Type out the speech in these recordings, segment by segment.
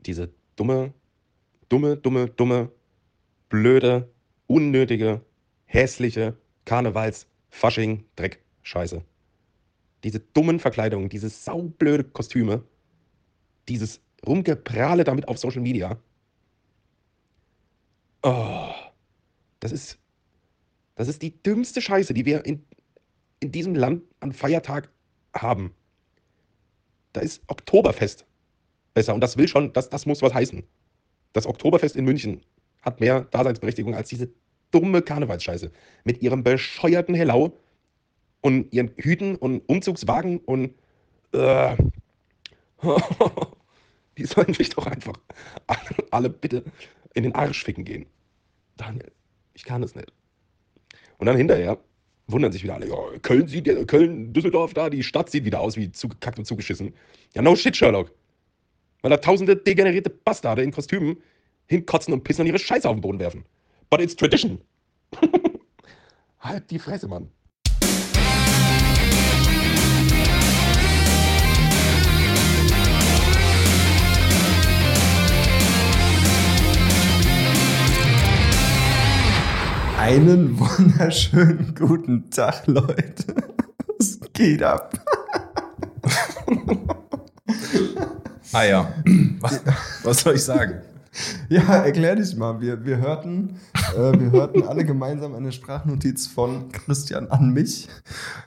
diese dumme, dumme, dumme, dumme, blöde, unnötige, hässliche Karnevals, Fasching, Dreck, Scheiße. Diese dummen Verkleidungen, diese saublöde Kostüme, dieses Rumgeprale damit auf Social Media. Oh, das ist, das ist die dümmste Scheiße, die wir in, in diesem Land an Feiertag haben. Da ist Oktoberfest besser und das will schon, das, das muss was heißen. Das Oktoberfest in München hat mehr Daseinsberechtigung als diese dumme Karnevalsscheiße mit ihrem bescheuerten Hellau und ihren Hüten und Umzugswagen und äh, die sollen sich doch einfach alle bitte in den Arsch ficken gehen. Daniel, ich kann es nicht. Und dann hinterher wundern sich wieder alle, ja, Köln sieht ja- Köln, Düsseldorf da, die Stadt sieht wieder aus wie zugekackt und zugeschissen. Ja, no shit, Sherlock. Weil da tausende degenerierte Bastarde in Kostümen hinkotzen und pissen und ihre Scheiße auf den Boden werfen. But it's tradition. halt die Fresse, Mann. Einen wunderschönen guten Tag, Leute. Es geht ab. Ah ja. Was, was soll ich sagen? Ja, erklär dich mal. Wir, wir, hörten, äh, wir hörten alle gemeinsam eine Sprachnotiz von Christian an mich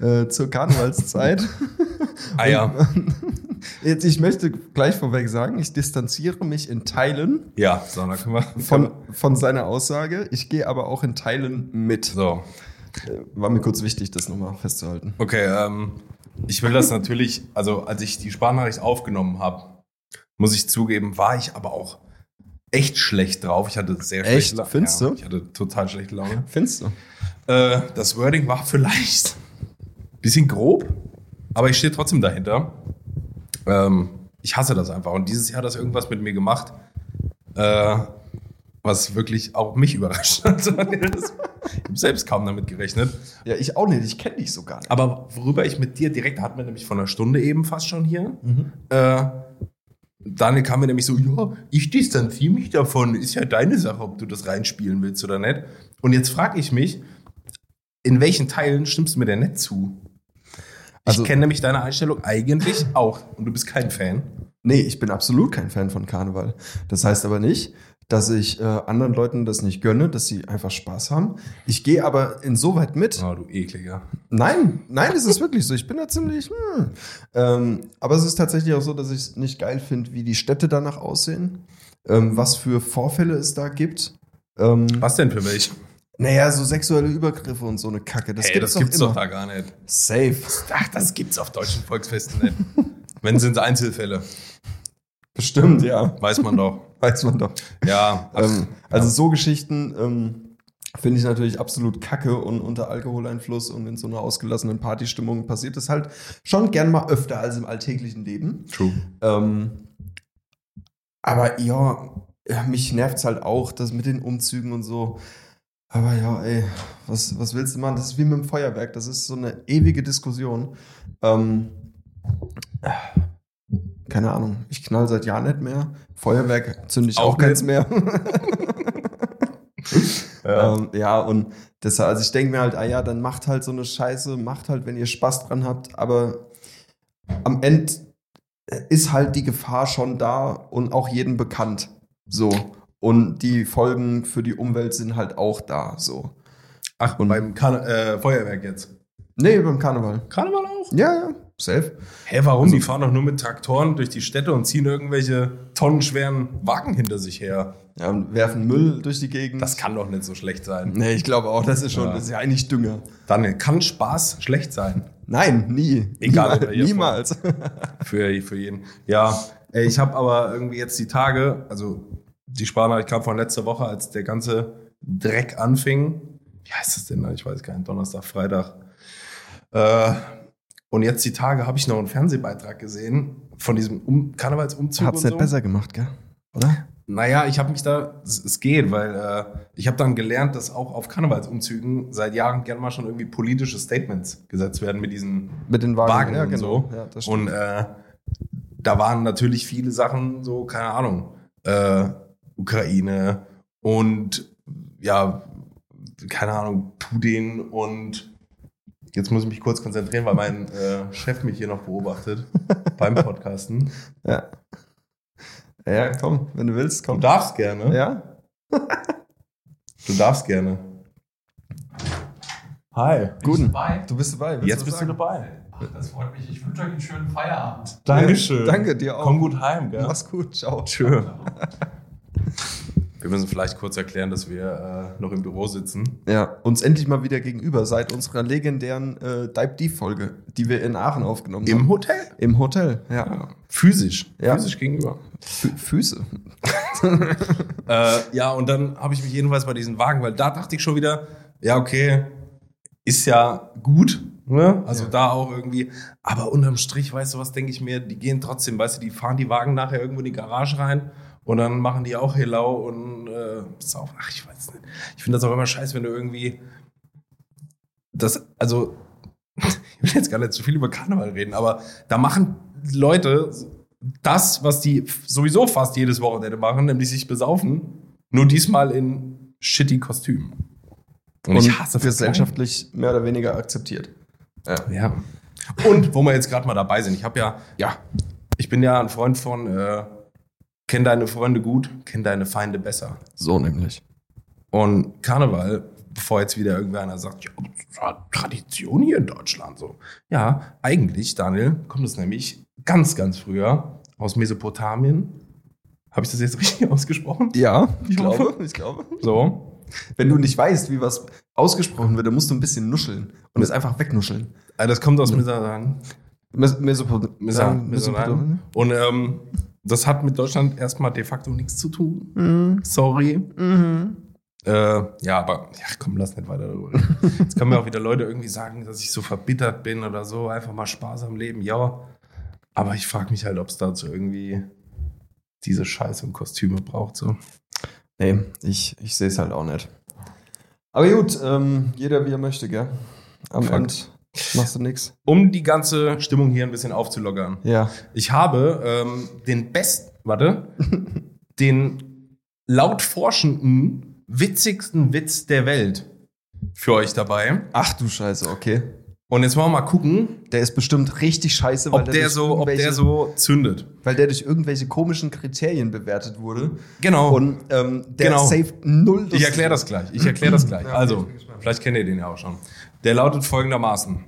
äh, zur Karnevalszeit. äh, Ah ja. Jetzt, ich möchte gleich vorweg sagen, ich distanziere mich in Teilen Ja, so, dann können wir. von, von seiner Aussage. Ich gehe aber auch in Teilen mit. So, War mir kurz wichtig, das nochmal festzuhalten. okay. Ähm, ich will das natürlich, also als ich die Sprachnachricht aufgenommen habe, muss ich zugeben, war ich aber auch echt schlecht drauf. Ich hatte sehr Echt? schlechte Laune. Findest ja, du? Ich hatte total schlechte Laune. Findest du? Äh, das Wording war vielleicht ein bisschen grob, aber ich stehe trotzdem dahinter. Ähm, ich hasse das einfach. Und dieses Jahr hat das irgendwas mit mir gemacht, äh, was wirklich auch mich überrascht hat. Das- ich habe selbst kaum damit gerechnet. Ja, ich auch nicht. Ich kenne dich so gar nicht. Aber worüber ich mit dir direkt, hatten wir nämlich vor einer Stunde eben fast schon hier. Äh, Daniel kam mir nämlich so, ja, ich distanziere mich davon. Ist ja deine Sache, ob du das reinspielen willst oder nicht. Und jetzt frage ich mich, in welchen Teilen stimmst du mir denn nicht zu? Also- ich kenne nämlich deine Einstellung eigentlich auch. Und du bist kein Fan. Nee, ich bin absolut kein Fan von Karneval. Das heißt aber nicht, dass ich äh, anderen Leuten das nicht gönne, dass sie einfach Spaß haben. Ich gehe aber insoweit mit. Oh, du ekliger. Nein, nein, es ist wirklich so. Ich bin da ziemlich. Hm. Ähm, aber es ist tatsächlich auch so, dass ich es nicht geil finde, wie die Städte danach aussehen, ähm, was für Vorfälle es da gibt. Ähm, Was denn für welche? Naja, so sexuelle Übergriffe und so eine Kacke. Das Hey, gibt's, das gibt's doch doch halt. immer. da gar nicht. Safe. Ach, das gibt's auf deutschen Volksfesten nicht. Wenn sind Einzelfälle, Bestimmt, ja. weiß man doch. Weiß man doch. Ja, ach, Ähm, also so Geschichten ähm, finde ich natürlich absolut kacke und unter Alkoholeinfluss und in so einer ausgelassenen Partystimmung passiert das halt schon gern mal öfter als im alltäglichen Leben. true. Ähm, aber ja, ja, mich nervt es halt auch, das mit den Umzügen und so. Aber ja, ey, was, was willst du machen? Das ist wie mit dem Feuerwerk. Das ist so eine ewige Diskussion. Ähm, äh, keine Ahnung. Ich knall seit Jahren nicht mehr. Feuerwerk zünde ich auch, Auch keins mehr. Ja. Ähm, ja, und deshalb, also ich denke mir halt, ah ja, dann macht halt so eine Scheiße, macht halt, wenn ihr Spaß dran habt, aber am Ende ist halt die Gefahr schon da und auch jedem bekannt. So. Und die Folgen für die Umwelt sind halt auch da. So. Ach, Und- und beim Karne äh, Feuerwerk jetzt. Nee, beim Karneval. Karneval auch? Also Ja, ja. Safe. Hä, warum? die fahren doch nur mit Traktoren durch die Städte und ziehen irgendwelche tonnenschweren Wagen hinter sich her. Ja, und werfen Müll durch die Gegend. Das kann doch nicht so schlecht sein. Nee, ich glaube auch, das ist schon, Ja. das ist ja eigentlich Dünger. Daniel, kann Spaß schlecht sein? Nein, nie. Egal, wer hier Niemals. niemals. Für, für jeden. Ja, ey, ich habe aber irgendwie jetzt die Tage, also die Sprachnachricht kam von letzter Woche, als der ganze Dreck anfing. Wie heißt das denn? da? Ich weiß gar nicht, Donnerstag, Freitag. Äh, und jetzt die Tage habe ich noch einen Fernsehbeitrag gesehen von diesem um Karnevalsumzug. Hat's und nicht so. besser gemacht, gell? Oder? Naja, ich habe mich da, es, es geht, weil äh, ich habe dann gelernt, dass auch auf Karnevalsumzügen seit Jahren gern mal schon irgendwie politische Statements gesetzt werden mit diesen Mit den Wagen. Wagen ja, und genau. so. Ja, das stimmt. und äh, da waren natürlich viele Sachen so, keine Ahnung, äh, Ukraine und ja, keine Ahnung, Putin und jetzt muss ich mich kurz konzentrieren, weil mein äh, Chef mich hier noch beobachtet beim Podcasten. Ja. Ja, komm, wenn du willst, Du komm. darfst gerne. Ja? Du darfst gerne. Hi. Guten. dabei. Du bist dabei. willst Jetzt was bist sagen? du dabei. Ach, das freut mich. Ich wünsche euch einen schönen Feierabend. Dankeschön. Danke dir auch. Komm gut heim, gell? Mach's gut. Ciao. Tschö. Wir müssen vielleicht kurz erklären, dass wir äh, noch im Büro sitzen. Ja, uns endlich mal wieder gegenüber seit unserer legendären äh, Dive Deep Folge, die wir in Aachen aufgenommen haben. Hotel? Im Hotel, ja. Physisch. Ja. Physisch gegenüber. Fü- Füße. Äh, ja, und dann habe ich mich jedenfalls bei diesen Wagen, weil da dachte ich schon wieder, ja, okay, ist ja gut. Ne? Also Ja. da auch irgendwie, aber unterm Strich, weißt du was, denke ich mir, die gehen trotzdem, weißt du, die fahren die Wagen nachher irgendwo in die Garage rein und dann machen die auch Helau und äh, sauf. Ach, ich weiß nicht. Ich finde das auch immer scheiße, wenn du irgendwie das, also ich will jetzt gar nicht zu viel über Karneval reden, aber da machen Leute das, was die f- sowieso fast jedes Wochenende machen, nämlich sich besaufen, nur diesmal in shitty Kostümen. Und, ich hasse Verkleidung. gesellschaftlich mehr oder weniger akzeptiert. Ja. Und wo wir jetzt gerade mal dabei sind, ich habe ja, Ja. ich bin ja ein Freund von, äh, kenn deine Freunde gut, kenn deine Feinde besser. So nämlich. Und Karneval, bevor jetzt wieder irgendeiner sagt, ja, das ist ja Tradition hier in Deutschland so. Ja, eigentlich, Daniel, kommt es nämlich ganz, ganz früher aus Mesopotamien. Habe ich das jetzt richtig ausgesprochen? Ja, ich glaube. glaube, ich glaube. So. Wenn du nicht weißt, wie was ausgesprochen wird, dann musst du ein bisschen nuscheln und es einfach wegnuscheln. Also das kommt aus Mesopotamien. Mes Mesopot Mesa- Mesopotamien. Und ähm, das hat mit Deutschland erstmal de facto nichts zu tun. Sorry. Äh, ja, aber ja, komm, lass nicht weiter darüber. reden. Jetzt können mir auch wieder Leute irgendwie sagen, dass ich so verbittert bin oder so. Einfach mal Spaß am Leben, ja. Aber ich frage mich halt, ob es dazu irgendwie diese Scheiße und Kostüme braucht. So. Nee, ich, ich sehe es halt auch nicht. Aber gut, ähm, jeder wie er möchte, gell? Am Fuck. Ende machst du nix. Um die ganze Stimmung hier ein bisschen aufzulockern. Ja. Ich habe ähm, den besten, warte, den laut forschenden, witzigsten Witz der Welt für euch dabei. Ach du Scheiße, okay. Und jetzt wollen wir mal gucken, Der ist bestimmt richtig scheiße, ob der, durch so, ob der irgendwelche- so zündet. weil der durch irgendwelche komischen Kriterien bewertet wurde. Genau. Und ähm, der Genau. safe null. ich erkläre das gleich. Ich erkläre das gleich. Ja, Also, bin ich gespannt. vielleicht kennt ihr den ja auch schon. Der lautet folgendermaßen: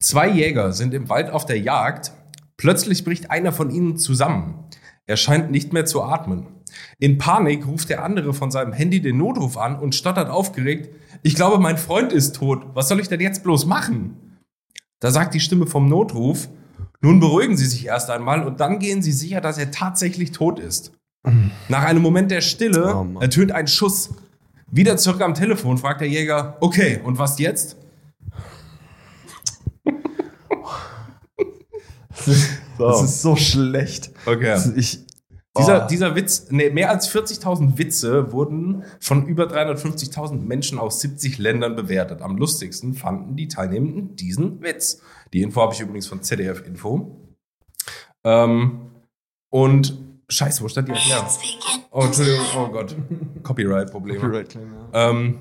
Zwei Jäger sind im Wald auf der Jagd. Plötzlich bricht einer von ihnen zusammen. Er scheint nicht mehr zu atmen. In Panik ruft der andere von seinem Handy den Notruf an und stottert aufgeregt: Ich glaube, mein Freund ist tot. Was soll ich denn jetzt bloß machen? Da sagt die Stimme vom Notruf: Nun beruhigen Sie sich erst einmal und dann gehen Sie sicher, dass er tatsächlich tot ist. Nach einem Moment der Stille Oh Mann. ertönt ein Schuss. Wieder zurück am Telefon fragt der Jäger: Okay, und was jetzt? Das ist so schlecht. Okay. Das ist- Ich, Dieser, Oh. dieser Witz, nee, mehr als 40.000 Witze wurden von über 350.000 Menschen aus 70 Ländern bewertet. Am lustigsten fanden die Teilnehmenden diesen Witz. Die Info habe ich übrigens von ZDF Info. Ähm, und Scheiße, wo stand die Erklärung? Oh, Entschuldigung, oh Gott. Copyright-Probleme. Copyright Claim, ja. Ähm,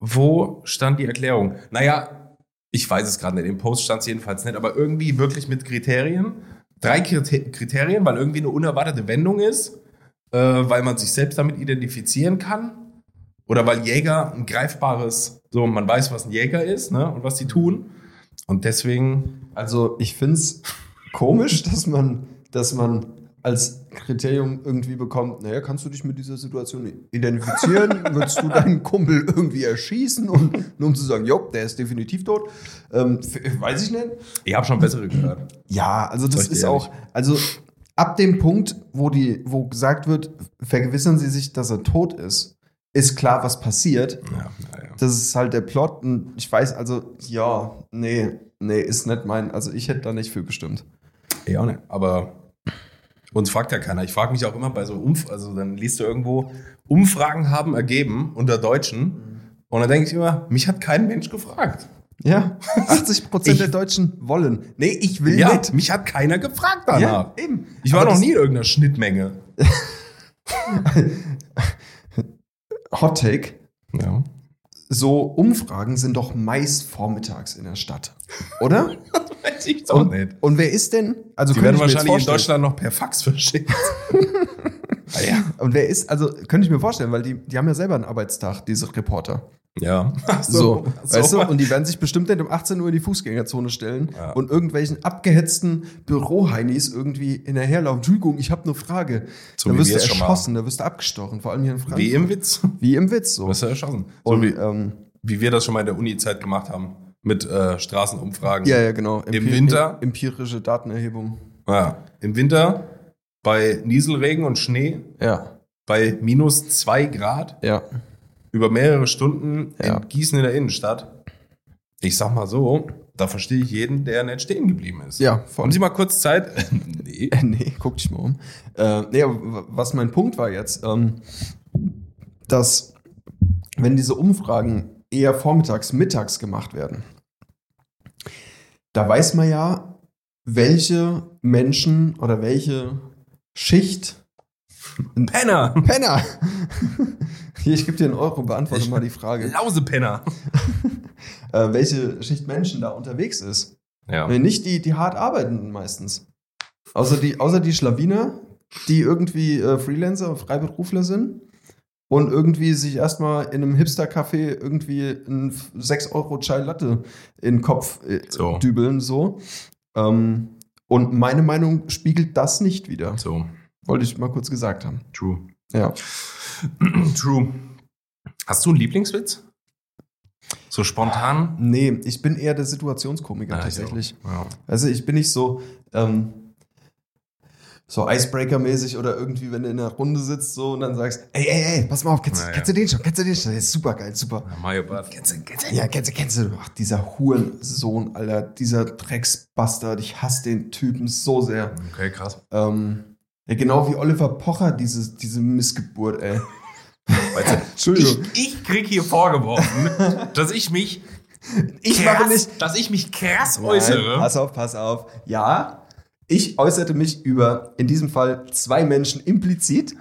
wo stand die Erklärung? Naja, ich weiß es gerade nicht. Im Post stand es jedenfalls nicht, aber irgendwie wirklich mit Kriterien. Drei Kriter- Kriterien, weil irgendwie eine unerwartete Wendung ist, äh, weil man sich selbst damit identifizieren kann oder weil Jäger ein greifbares, so man weiß, was ein Jäger ist ne, und was die tun. Und deswegen, Also ich finde es komisch, dass man, dass man als Kriterium irgendwie bekommt, naja, kannst du dich mit dieser Situation identifizieren? Würdest du deinen Kumpel irgendwie erschießen? Und nur um zu sagen, jo, der ist definitiv tot. Ähm, f- weiß ich nicht. ich habe schon bessere gehört. Ja, also das ich dir ist auch, also ab dem Punkt, wo die, wo gesagt wird, vergewissern Sie sich, dass er tot ist, ist klar, was passiert. Ja, naja. Das ist halt der Plot und ich weiß, also ja, nee, nee, ist nicht mein, also ich hätte da nicht für gestimmt. Ich auch nicht. Aber uns fragt ja keiner. Ich frage mich auch immer bei so Umfragen, also dann liest du irgendwo, Umfragen haben ergeben unter Deutschen. Und dann denke ich immer, mich hat kein Mensch gefragt. Ja, 80 Ich- Prozent der Deutschen wollen. Nee, ich will Ja, mit. mich hat keiner gefragt danach. eben. Ich war Aber noch das- nie in irgendeiner Schnittmenge. Hot Take. Ja. So Umfragen sind doch meist vormittags in der Stadt, oder? Weiß ich auch nicht. Und wer ist denn? Also Die könnte werden ich mir jetzt wahrscheinlich in vorstellen- Deutschland noch per Fax verschickt. Ah, ja. Und wer ist? Also könnte ich mir vorstellen, weil die, die haben ja selber einen Arbeitstag, diese Reporter. Ja. Ach So, Ach weißt du, und die werden sich bestimmt nicht um 18 Uhr in die Fußgängerzone stellen Ja. und irgendwelchen abgehetzten Büroheinis irgendwie hinterherlaufen. Entschuldigung, ich habe eine Frage. So dann wie wirst du wir es schon erschossen, dann wirst du abgestochen, vor allem hier in Frankfurt. wie im Witz. Wie im Witz so. Du hast ja erschossen. So und, wie, ähm, wie wir das schon mal in der Uni-Zeit gemacht haben. Mit äh, Straßenumfragen. ja, ja, genau. Im Winter? Empirische Datenerhebung. Ja. Im Winter bei Nieselregen und Schnee Ja, bei minus zwei Grad ja. über mehrere Stunden Ja. in Gießen in der Innenstadt. Ich sag mal so, da verstehe ich jeden, der nicht stehen geblieben ist. Ja, vor Haben Sie mal kurz Zeit? nee. Äh, nee, guck dich mal um. Äh, nee, aber w- was mein Punkt war jetzt, ähm, dass wenn diese Umfragen eher vormittags, mittags gemacht werden, da weiß man ja, welche Menschen oder welche Schicht Penner! Penner. Hier, ich gebe dir einen Euro, beantworte Ich- mal die Frage. Lausepenner! Äh, welche Schicht Menschen da unterwegs ist. Ja. Nee, nicht die, die hart arbeiten meistens. Außer die, außer die Schlawiner, die irgendwie äh, Freelancer, Freiberufler sind und irgendwie sich erstmal in einem Hipster-Café irgendwie ein 6-Euro-Chai Latte in den Kopf äh, So. dübeln, so. Ähm, und meine Meinung spiegelt das nicht wieder. So, Wollte ich mal kurz gesagt haben. true. Ja. True. Hast du einen Lieblingswitz? So spontan? Nee, ich bin eher der Situationskomiker tatsächlich. Ja. Also ich bin nicht so, ähm, so Icebreaker-mäßig oder irgendwie, wenn du in einer Runde sitzt so und dann sagst, ey, ey, ey, pass mal auf, kennst, Ja, ja. kennst du den schon, kennst du den schon, der ist super geil, super. Ja, Mario Barth. Kennst du, kennst Ja, kennst du, kennst du, ach, dieser Hurensohn, Alter, dieser Drecksbastard, ich hasse den Typen so sehr. Okay, krass. Ähm, ja, genau wie Oliver Pocher, diese, diese Missgeburt, ey. Weißt du, Entschuldigung. Ich, ich krieg hier vorgeworfen, dass ich mich Ich krass, mache nicht dass ich mich krass Nein, äußere. Pass auf, pass auf. Ja, ich äußerte mich über in diesem Fall zwei Menschen implizit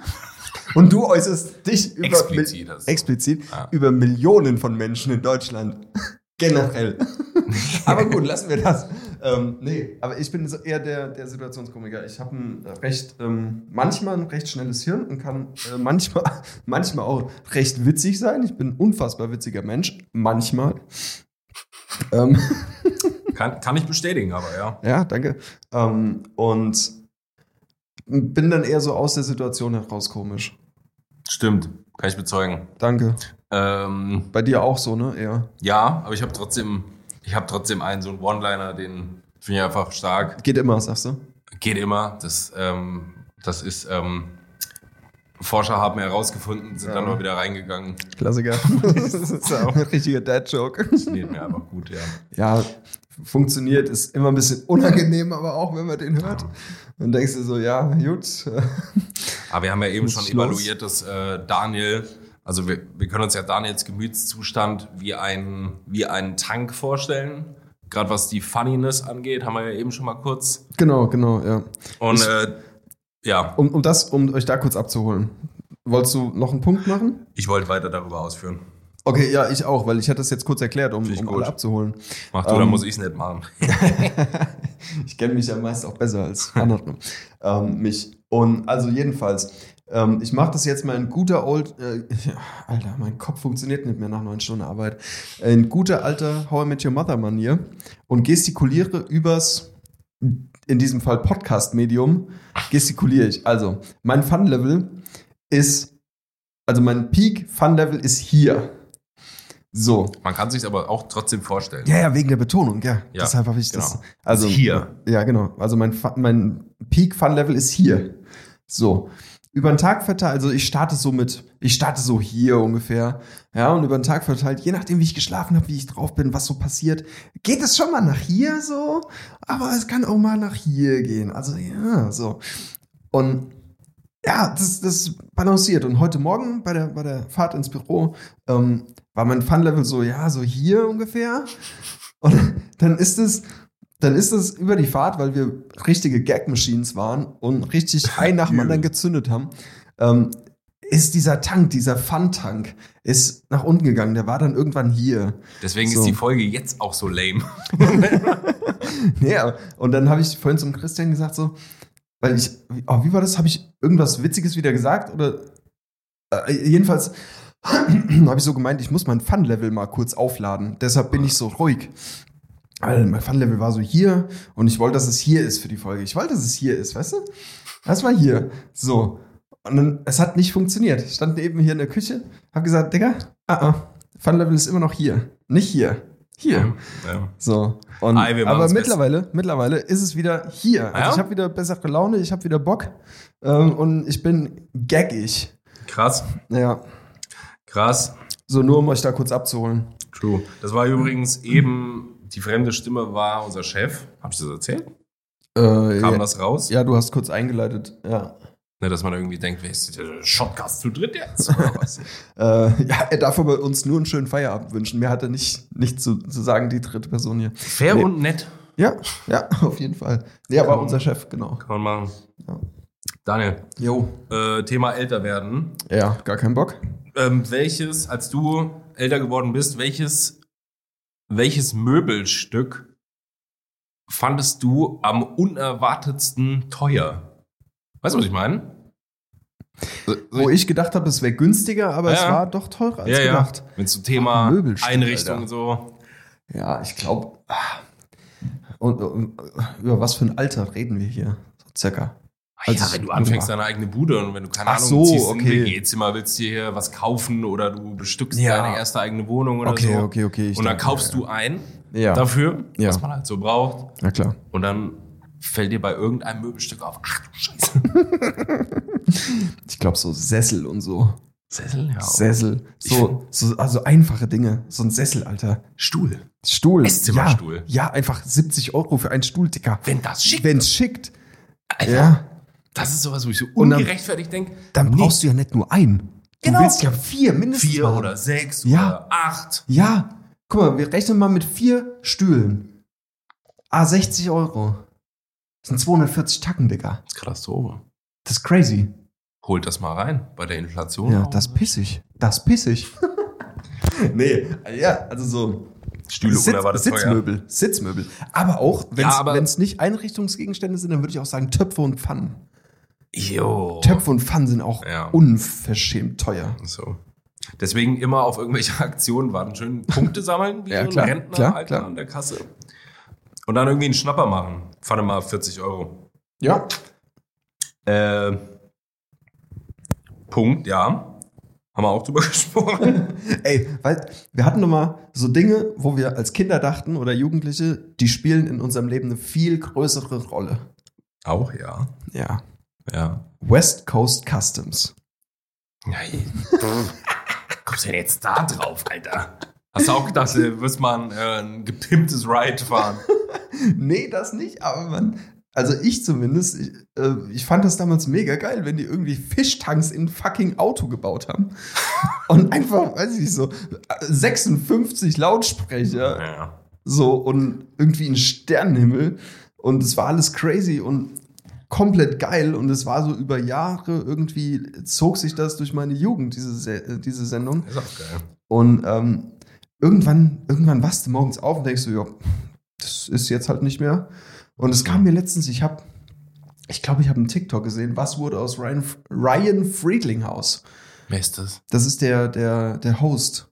und du äußerst dich über Explizit Mil- hast du. explizit Ah. über Millionen von Menschen in Deutschland generell. aber gut, lassen wir das. Ähm, nee, aber ich bin so eher der, der Situationskomiker. Ich habe ein recht, ähm, manchmal ein recht schnelles Hirn und kann äh, manchmal, manchmal auch recht witzig sein. Ich bin ein unfassbar witziger Mensch. Manchmal. Ähm, Kann, kann ich bestätigen, aber ja. ja, danke. Ähm, und bin dann eher so aus der Situation heraus komisch. Stimmt, kann ich bezeugen. Danke. Ähm, Bei dir auch so, ne? Eher. ja, aber ich habe trotzdem, ich habe trotzdem einen so einen One-Liner, den finde ich einfach stark. Geht immer, sagst du? geht immer. Das, ähm, das ist, ähm, Forscher haben herausgefunden, sind Ja. dann mal wieder reingegangen. Klassiker. das ist auch ein richtiger Dad-Joke. Funktioniert mir einfach gut, ja. Ja, funktioniert, ist immer ein bisschen unangenehm, aber auch wenn man den hört. Dann denkst du so, ja, gut. Aber wir haben ja eben Muss schon ich los? evaluiert, dass äh, Daniel, also wir, wir können uns ja Daniels Gemütszustand wie, ein, wie einen Tank vorstellen. Gerade was die Funniness angeht, haben wir ja eben schon mal kurz. Genau, genau, ja. Und Ich- äh, ja, Um, um das, um euch da kurz abzuholen. Wolltest du noch einen Punkt machen? ich wollte weiter darüber ausführen. Okay, ja, ich auch, weil ich hatte das jetzt kurz erklärt, um, Finde ich um gut. alle abzuholen. Mach du, dann Ähm, muss ich es nicht machen. ich kenne mich ja meist auch besser als andere. ähm, mich. Und also jedenfalls, ähm, ich mache das jetzt mal in guter Old, äh, Alter, mein Kopf funktioniert nicht mehr nach neun Stunden Arbeit, in guter alter How I Met Your Mother Manier und gestikuliere übers, in diesem Fall Podcast-Medium, gestikuliere ich. Also, mein Fun-Level ist, also mein Peak-Fun-Level ist hier. So. Man kann sich aber auch trotzdem vorstellen. Ja, ja, wegen der Betonung, ja. Ja, Deshalb habe ich das. genau. Also Hier. Ja, genau. Also mein, Fu- mein Peak-Fun-Level ist hier. So. Über den Tag verteilt, also ich starte so mit, ich starte so hier ungefähr. Ja, und über den Tag verteilt, je nachdem, wie ich geschlafen habe, wie ich drauf bin, was so passiert, geht es schon mal nach hier so, aber es kann auch mal nach hier gehen. Also ja, so. Und ja, das, das balanciert. Und heute Morgen bei der, bei der Fahrt ins Büro ähm, war mein Fun-Level so, ja, so hier ungefähr. Und dann ist es, dann ist es über die Fahrt, weil wir richtige Gag-Machines waren und richtig ein nach dem anderen gezündet haben, ähm, ist dieser Tank, dieser Fun-Tank, ist nach unten gegangen. Der war dann irgendwann hier. Deswegen So. ist die Folge jetzt auch so lame. Ja, und dann habe ich vorhin zum Christian gesagt, so, weil ich, oh, wie war das? Habe ich irgendwas Witziges wieder gesagt? Oder äh, jedenfalls habe ich so gemeint, ich muss mein Fun-Level mal kurz aufladen. Deshalb bin ich so ruhig. Weil mein Fun-Level war so hier und ich wollte, dass es hier ist für die Folge. Ich wollte, dass es hier ist, weißt du? Das war hier. So. Und dann, es hat nicht funktioniert. Ich stand eben hier in der Küche, habe gesagt, Digga, ah, ah, Fun-Level ist immer noch hier. Nicht hier. Hier. Ja. So. Und, Ei, wir machen aber das mittlerweile, mittlerweile ist es wieder hier. Also Ja? ich habe wieder bessere Laune, ich habe wieder Bock ähm, und ich bin gaggig. Krass, Ja, krass. so nur um euch da kurz abzuholen. True. Das war übrigens eben, die fremde Stimme war unser Chef. Hab ich das erzählt? Äh, Kam ja, das raus? ja, du hast kurz eingeleitet. Ja, Ne, dass man irgendwie denkt, wer ist der Shotcast zu dritt jetzt? Oder was? äh, ja er darf aber uns nur einen schönen Feierabend wünschen. Mehr hat er nicht, nicht zu, zu sagen, die dritte Person hier. Fair Nee. und nett. Ja, ja, auf jeden Fall. Ja, war unser Chef, genau. Kann man machen. Ja. Daniel, Jo. äh, Thema älter werden. Ja, gar keinen Bock. Ähm, welches, als du älter geworden bist, welches, welches Möbelstück fandest du am unerwartetsten teuer? Weißt du, was ich meine? So- so- Wo ich gedacht habe, es wäre günstiger, aber es Ja. war doch teurer als ja, gedacht. ja. Wenn es zum Thema Möbelstück, Einrichtung Alter. und so. Ja, ich glaube. Und, und über was für ein Alter reden wir hier? So circa. Ah Als ja, ich wenn du jung anfängst, war. deine eigene Bude und wenn du keine Ach Ahnung so, ziehst in ein okay. WG-Zimmer, willst dir hier was kaufen oder du bestückst Ja. deine erste eigene Wohnung oder Okay, so. okay, okay. ich Und dann denke, kaufst du ein Ja, ja. dafür, Ja. was man halt so braucht. na klar. Und dann fällt dir bei irgendeinem Möbelstück auf, ach du Scheiße. Ich glaube, so Sessel und so. Sessel, ja. Sessel. So, so, also einfache Dinge. So ein Sessel, Alter. Stuhl. Stuhl. Esszimmerstuhl. Ja, ja, einfach 70 Euro für einen Stuhl, Dicker. Wenn das schick Wenn's schickt. Alter, Ja, das ist sowas, wo ich so Und dann- ungerechtfertigt denke. dann brauchst du ja nicht nur einen. Du Genau. willst ja vier mindestens. Vier mal haben. oder sechs Ja. oder acht. Ja, guck mal, wir rechnen mal mit vier Stühlen. Ah, 60 Euro. Das sind 240 Tacken, Digga. Das ist Katastrophe. Das ist crazy. Holt das mal rein bei der Inflation. Ja, auch. das pissig. Das pissig. nee, ja, also so. Stühle Sitz- unerwartet teuer. Sitzmöbel, Sitzmöbel. Aber auch, Ja, aber- wenn es nicht Einrichtungsgegenstände sind, dann würde ich auch sagen Töpfe und Pfannen. Jo. Töpfe und Pfannen sind auch Ja. unverschämt teuer. So. Deswegen immer auf irgendwelche Aktionen warten. Schön Punkte sammeln, wie Ja, so ein klar, Rentner klar, Alter, klar. an der Kasse. Und dann irgendwie einen Schnapper machen. Pfanne mal 40 Euro. Ja. Äh, Punkt, ja. Haben wir auch drüber gesprochen. Ey, weil wir hatten doch mal so Dinge, wo wir als Kinder dachten oder Jugendliche, die spielen in unserem Leben eine viel größere Rolle. auch, ja. Ja. Ja. West Coast Customs. Nein. Kommst du denn jetzt da drauf, Alter? Hast du auch gedacht, du wirst mal ein, äh, ein gepimptes Ride fahren? Nee, das nicht, aber man. Also ich zumindest, ich, äh, ich fand das damals mega geil, wenn die irgendwie Fischtanks in ein fucking Auto gebaut haben. und einfach, weiß ich nicht, so 56 Lautsprecher Ja. So, und irgendwie ein Sternenhimmel. Und es war alles crazy und komplett geil. Und es war so über Jahre irgendwie, zog sich das durch meine Jugend, diese, Se äh, diese Sendung. Ist auch geil. Und ähm, irgendwann, irgendwann wachst du morgens auf und denkst so, ja, das ist jetzt halt nicht mehr. Und es kam mir letztens, ich habe, ich glaube, ich habe einen TikTok gesehen, was wurde aus Ryan, Ryan Friedlinghaus? Wer ist das? Das ist der, der, der Host.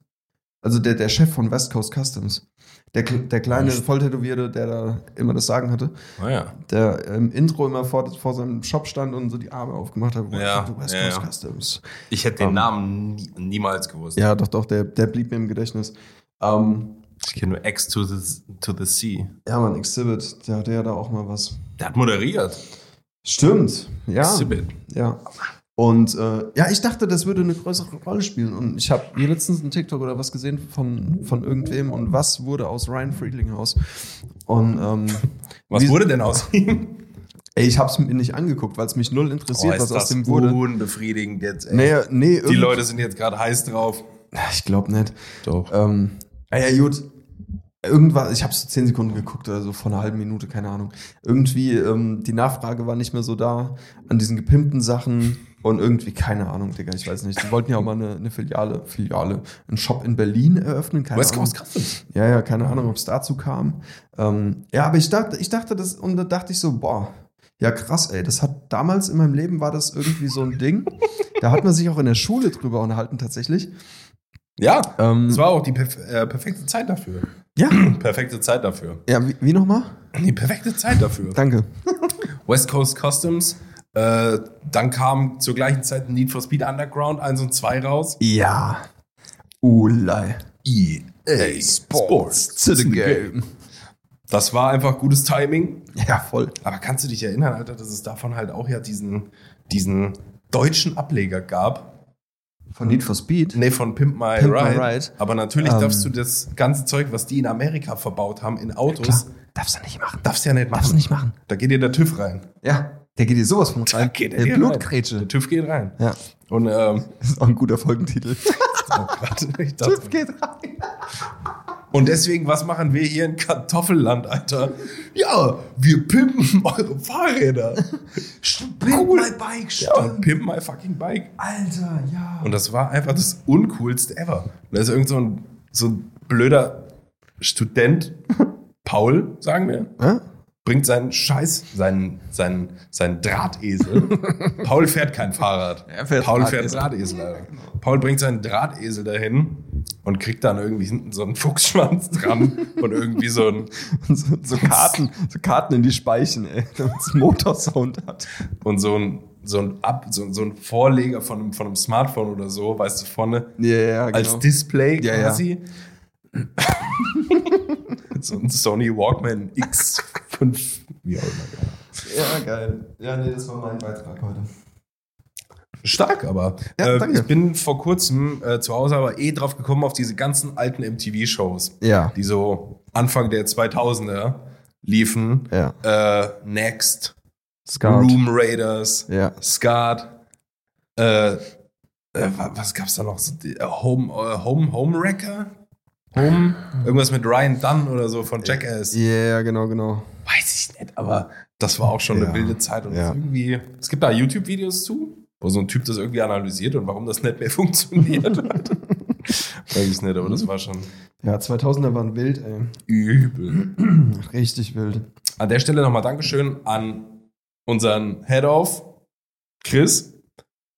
Also der, der Chef von West Coast Customs. Der, kle- der kleine Volltätowierte, der da immer das Sagen hatte, Naja. der im Intro immer vor, vor seinem Shop stand und so die Arme aufgemacht hat. Ja, Welcome to West ja, Coast ja. Customs. Ich hätte den Namen nie, niemals gewusst. Ähm. Ja, doch, doch, der, der blieb mir im Gedächtnis. Ähm, Ich kenne nur X to the, to the Sea. ja, man, Exhibit, der hatte ja da auch mal was. Der hat moderiert. Stimmt, ja. Exhibit. Ja. Und äh, ja, ich dachte, das würde eine größere Rolle spielen. Und ich habe hier letztens einen TikTok oder was gesehen von, von irgendwem und was wurde aus Ryan Friedlinghaus. Und ähm, Was Wie- wurde denn aus ihm? ey, ich habe es mir nicht angeguckt, weil es mich null Oh, interessiert, was aus dem wurde. unbefriedigend jetzt, ey. Nee, nee, Die irgendwie- Leute sind jetzt gerade heiß drauf. Ich glaube nicht. Doch. Ähm, ah ja, gut. Äh, irgendwas, ich habe so zehn Sekunden geguckt oder so vor einer halben Minute, keine Ahnung. Irgendwie ähm, die Nachfrage war nicht mehr so da an diesen gepimpten Sachen und irgendwie keine Ahnung, Digga, ich weiß nicht. Die wollten ja auch mal eine, eine Filiale, Filiale, einen Shop in Berlin eröffnen, keine Was, Ahnung. was kannst du? Ja, ja, keine Ahnung, ob es dazu kam. Ähm, ja, aber ich dachte, ich dachte das und da dachte ich so, boah, ja krass, ey, das hat damals in meinem Leben war das irgendwie so ein Ding. da hat man sich auch in der Schule drüber unterhalten tatsächlich. Ja, Ähm, es war auch die perf äh, perfekte Zeit dafür. ja, Perfekte Zeit dafür. ja, wie, wie nochmal? Die perfekte Zeit dafür. Danke. West Coast Customs. Äh, dann kam zur gleichen Zeit Need for Speed Underground 1 und 2 raus. E Ja. Ulei. E EA To the game. Das war einfach gutes Timing. Ja, voll. Aber kannst du dich erinnern, Alter, dass es davon halt auch ja diesen, diesen deutschen Ableger gab? Von Need for Speed. Nee, von Pimp My Pimp My Ride. Ride. Aber natürlich Ähm. darfst du das ganze Zeug, was die in Amerika verbaut haben, in Autos, Klar. Darfst du nicht machen. darfst du ja nicht Darfst du machen. nicht machen. Da geht dir der TÜV rein. Ja. Der geht dir sowas von rein. geht der dir Blutgrätsche. Der TÜV geht rein. Ja. Und ähm, Das ist auch ein guter Folgentitel. oh Gott, ich dachte, Tipp geht rein. Und deswegen, was machen wir hier in Kartoffelland, Alter? Ja, wir pimpen eure Fahrräder. Pimp my bike, ja, Pimp my fucking bike. Alter, ja. Und das war einfach das Uncoolste ever. Und da ist irgend so ein, so ein blöder Student, Paul, sagen wir, Ja? bringt seinen Scheiß, seinen, seinen, seinen Drahtesel. Paul fährt kein Fahrrad. Er fährt Paul Drahtesel. genau. fährt Drahtesel. Alter. Paul bringt seinen Drahtesel dahin und kriegt dann irgendwie hinten so einen Fuchsschwanz dran und irgendwie so einen, Und so, so Karten, so Karten in die Speichen, ey, damit es Motorsound hat. und so einen, so einen, Ab, so, so einen Vorleger von einem, von einem Smartphone oder so, weißt du, vorne Ja, ja, genau. als Display Ja, ja. quasi. so ein Sony Walkman X5. Wie auch immer. ja, geil. Ja, nee, das war mein Beitrag heute. Stark, aber Ja, äh, danke. ich bin vor kurzem äh, zu Hause aber eh drauf gekommen auf diese ganzen alten MTV-Shows, Ja, die so Anfang der 2000er liefen. ja. Äh, Next, Scout. Room Raiders, Ja. Skat, äh, äh, wa- was gab's da noch? So, die, äh, Home, äh, Home, Home Wrecker? Home? Irgendwas mit Ryan Dunn oder so von Jackass. Ja, ja, genau, genau. Weiß ich nicht, aber das war auch schon Ja. eine wilde Zeit. Und Ja. irgendwie, es gibt da YouTube-Videos zu, wo so ein Typ das irgendwie analysiert und warum das nicht mehr funktioniert hat. Weiß ich nicht, aber das war schon Ja, 2000er waren wild, ey. übel. Richtig wild. An der Stelle nochmal Dankeschön an unseren Head-Off, Chris,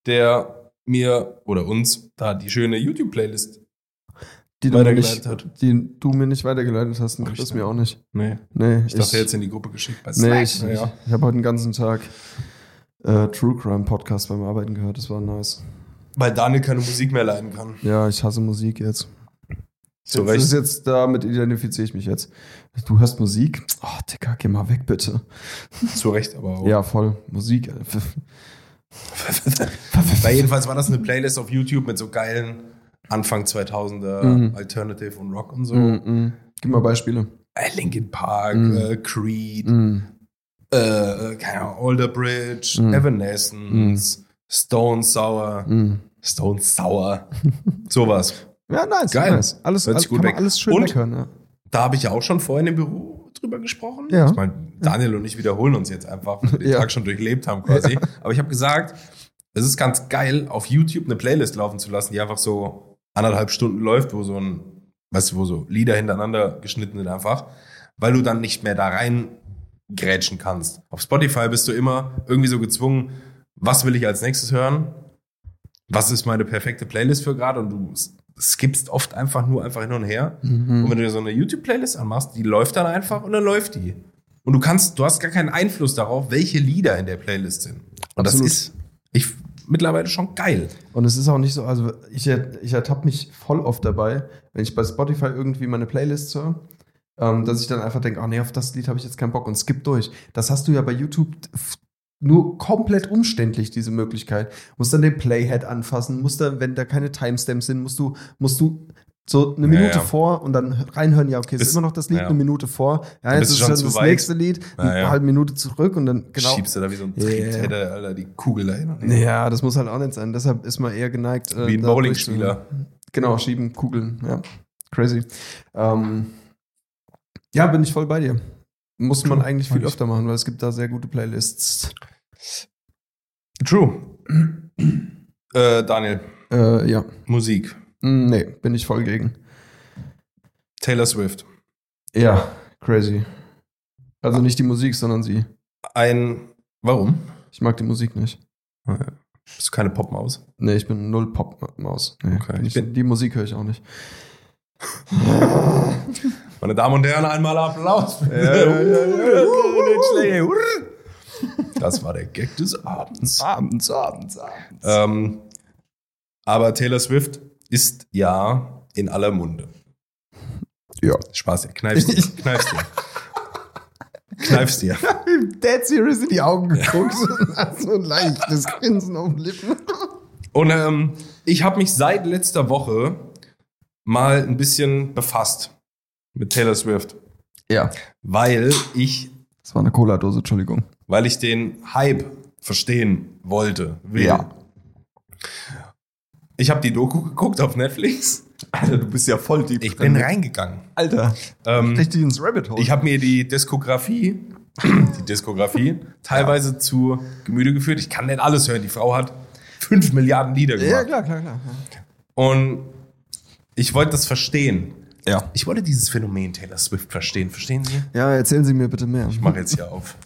der mir oder uns da die schöne YouTube-Playlist. Die du, mir nicht, Weitergeleitet hat. die du mir nicht weitergeleitet hast und Hab ich Chris nicht. mir auch nicht. Nee, Nee, ne, ich dachte jetzt in die Gruppe geschickt bei nee, Slack. ich, Ja, ja. ich, ich habe heute den ganzen Tag äh, True Crime Podcast beim Arbeiten gehört. Das war nice. Weil Daniel keine Musik mehr leiden kann. Ja, ich hasse Musik jetzt. Zu Das ist Recht. jetzt, damit identifiziere ich mich jetzt. Du hörst Musik? Oh, Dicker, geh mal weg, bitte. Zu Recht, aber auch. Ja, voll. Musik. äh, Weil jedenfalls war das eine Playlist auf YouTube mit so geilen Anfang 2000er Mhm. Alternative und Rock und so. Mm, mm. Gib mal Beispiele. Äh, Linkin Park, Mhm. äh, Creed, Mm. äh, äh, keine Ahnung, Older Bridge, Mhm. Evanescence, Stone Sour, Mm. Stone Sour, sowas. Ja, nice. Geil. Nice. Alles, Hört alles, sich gut kann man weg. alles schön Und? weghören. Ja. Da habe ich ja auch schon vorhin im Büro drüber gesprochen. Ja. Ich meine, Daniel und ich wiederholen uns jetzt einfach, weil wir den Ja. Tag schon durchlebt haben quasi. Aber ich habe gesagt, es ist ganz geil, auf YouTube eine Playlist laufen zu lassen, die einfach so anderthalb Stunden läuft, wo so ein, weißt du, wo so Lieder hintereinander geschnitten sind einfach, weil du dann nicht mehr da rein grätschen kannst. Auf Spotify bist du immer irgendwie so gezwungen, was will ich als nächstes hören? Was ist meine perfekte Playlist für gerade? Und du s- skippst oft einfach nur einfach hin und her. Mhm. Und wenn du dir so eine YouTube-Playlist anmachst, die läuft dann einfach und dann läuft die. Und du kannst, du hast gar keinen Einfluss darauf, welche Lieder in der Playlist sind. Und Absolut. das ist ich, mittlerweile schon geil. Und es ist auch nicht so, also ich, er- ich ertappe mich voll oft dabei, wenn ich bei Spotify irgendwie meine Playlist höre, ähm, dass ich dann einfach denke, oh nee, auf das Lied habe ich jetzt keinen Bock und skip durch. Das hast du ja bei YouTube f- nur komplett umständlich, diese Möglichkeit. Musst dann den Playhead anfassen, musst dann, wenn da keine Timestamps sind, musst du, musst du so eine Ja, Minute ja. vor und dann reinhören, ja, okay, es ist Bist- immer noch das Lied, ja. eine Minute vor. Ja, Dann jetzt bist du ist schon dann zu das weit. nächste Lied, Ja, eine ja. halbe Minute zurück und dann genau. Schiebst du da wie so ein Ja, ja, ja. Triebtäter, Alter, die Kugel dahin. Ja, das muss halt auch nicht sein. Deshalb ist man eher geneigt. äh, Wie ein da Bowlingspieler. durchzu- Genau, schieben, kugeln, ja. Crazy. Ähm, Ja, bin ich voll bei dir. Muss man True, eigentlich mag viel ich. öfter machen, weil es gibt da sehr gute Playlists. True. äh, Daniel, Äh, ja. Musik. Mm, Nee, bin ich voll gegen. Taylor Swift. Ja, crazy. Also nicht die Musik, sondern sie. Ein. Warum? Ich mag die Musik nicht. Bist du keine Popmaus? Nee, ich bin null Pop-Maus. Nee, Okay, bin ich ich bin- die Musik höre ich auch nicht. Meine Damen und Herren, einmal Applaus. das war der Gag des Abends. Abends, abends, abends. Ähm, aber Taylor Swift ist ja in aller Munde. Ja. Spaß, dir. kneifst dir. Kneifst dir. kneifst dir. Dead Serious in die Augen geguckt und hat so ein leichtes Grinsen auf den Lippen. Und ähm, ich habe mich seit letzter Woche mal ein bisschen befasst mit Taylor Swift, Ja. weil ich, Das war eine Cola-Dose, Entschuldigung. weil ich den Hype verstehen wollte. Will. Ja. Ich habe die Doku geguckt auf Netflix. Alter, Also, du bist ja voll deep. Ich bin reingegangen. Alter, Ähm, richtig ins Rabbit Hole. Ich habe mir die Diskografie, die Diskografie teilweise zu Gemüte geführt. Ich kann nicht alles hören. Die Frau hat fünf Milliarden Lieder ja, gemacht. klar, klar, klar. klar. Und ich wollte das verstehen. Ja. Ich wollte dieses Phänomen Taylor Swift verstehen. Verstehen Sie? Ja, erzählen Sie mir bitte mehr. Ich mache jetzt hier auf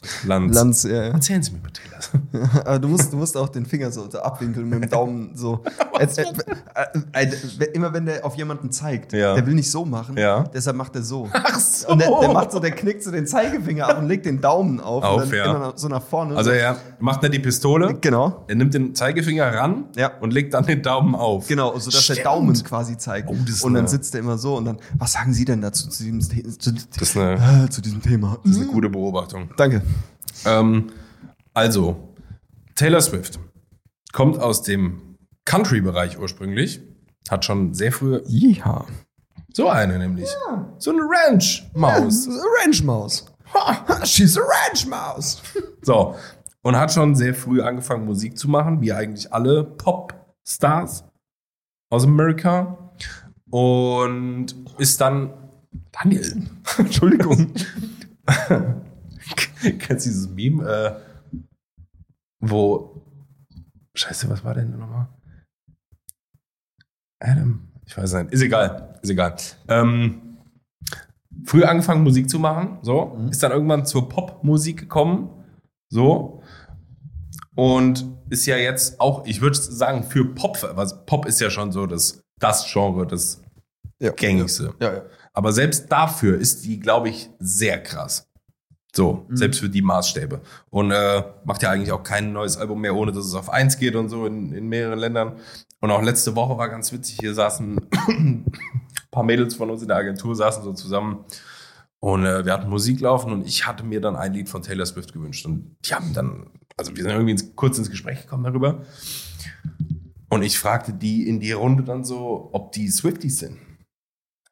Land. Lanz, äh, Erzählen Sie mir über Taylor. aber du musst, du musst auch den Finger so abwinkeln mit dem Daumen so. Als- äh, äh, äh, immer wenn der auf jemanden zeigt, Ja. der will nicht so machen, Ja. deshalb macht er so. Ach so. Und der, der macht so, der knickt so den Zeigefinger ab und legt den Daumen auf, Auf, und dann ja. immer nach- so nach vorne. also er macht nicht die Pistole, genau, er nimmt den Zeigefinger ran Ja. und legt dann den Daumen auf. genau, so dass der Stimmt. Daumen quasi zeigt. Oh, das ist und dann eine- sitzt er immer so und dann, was sagen Sie denn dazu zu diesem, The- zu, Das ist eine, äh, zu diesem Thema? das ist eine gute Beobachtung. Danke. Ähm, also, Taylor Swift kommt aus dem Country-Bereich ursprünglich. Hat schon sehr früh Jeha. so eine nämlich. So eine Ranch-Maus. Äh, Ranch Maus. She's a Ranch Maus. So. Und hat schon sehr früh angefangen, Musik zu machen, wie eigentlich alle Pop-Stars aus Amerika. Und ist dann. Daniel. Entschuldigung. Kennst du dieses Meme, äh, wo. Scheiße, was war denn nochmal? Adam. Ich weiß nicht. Ist egal. Ist egal. Ähm, früh angefangen, Musik zu machen. So. Ist dann irgendwann zur Popmusik gekommen. So. Und ist ja jetzt auch, ich würde sagen, für Pop, was Pop ist ja schon so das, das Genre, das Ja. gängigste. Ja, ja. Aber selbst dafür ist die, glaube ich, sehr krass. So, selbst für die Maßstäbe. Und äh, macht ja eigentlich auch kein neues Album mehr, ohne dass es auf eins geht und so in, in mehreren Ländern. Und auch letzte Woche war ganz witzig, hier saßen ein paar Mädels von uns in der Agentur, saßen so zusammen und äh, wir hatten Musik laufen und ich hatte mir dann ein Lied von Taylor Swift gewünscht. Und die haben dann, also wir sind irgendwie ins, kurz ins Gespräch gekommen darüber. Und ich fragte die in die Runde dann so, ob die Swifties sind.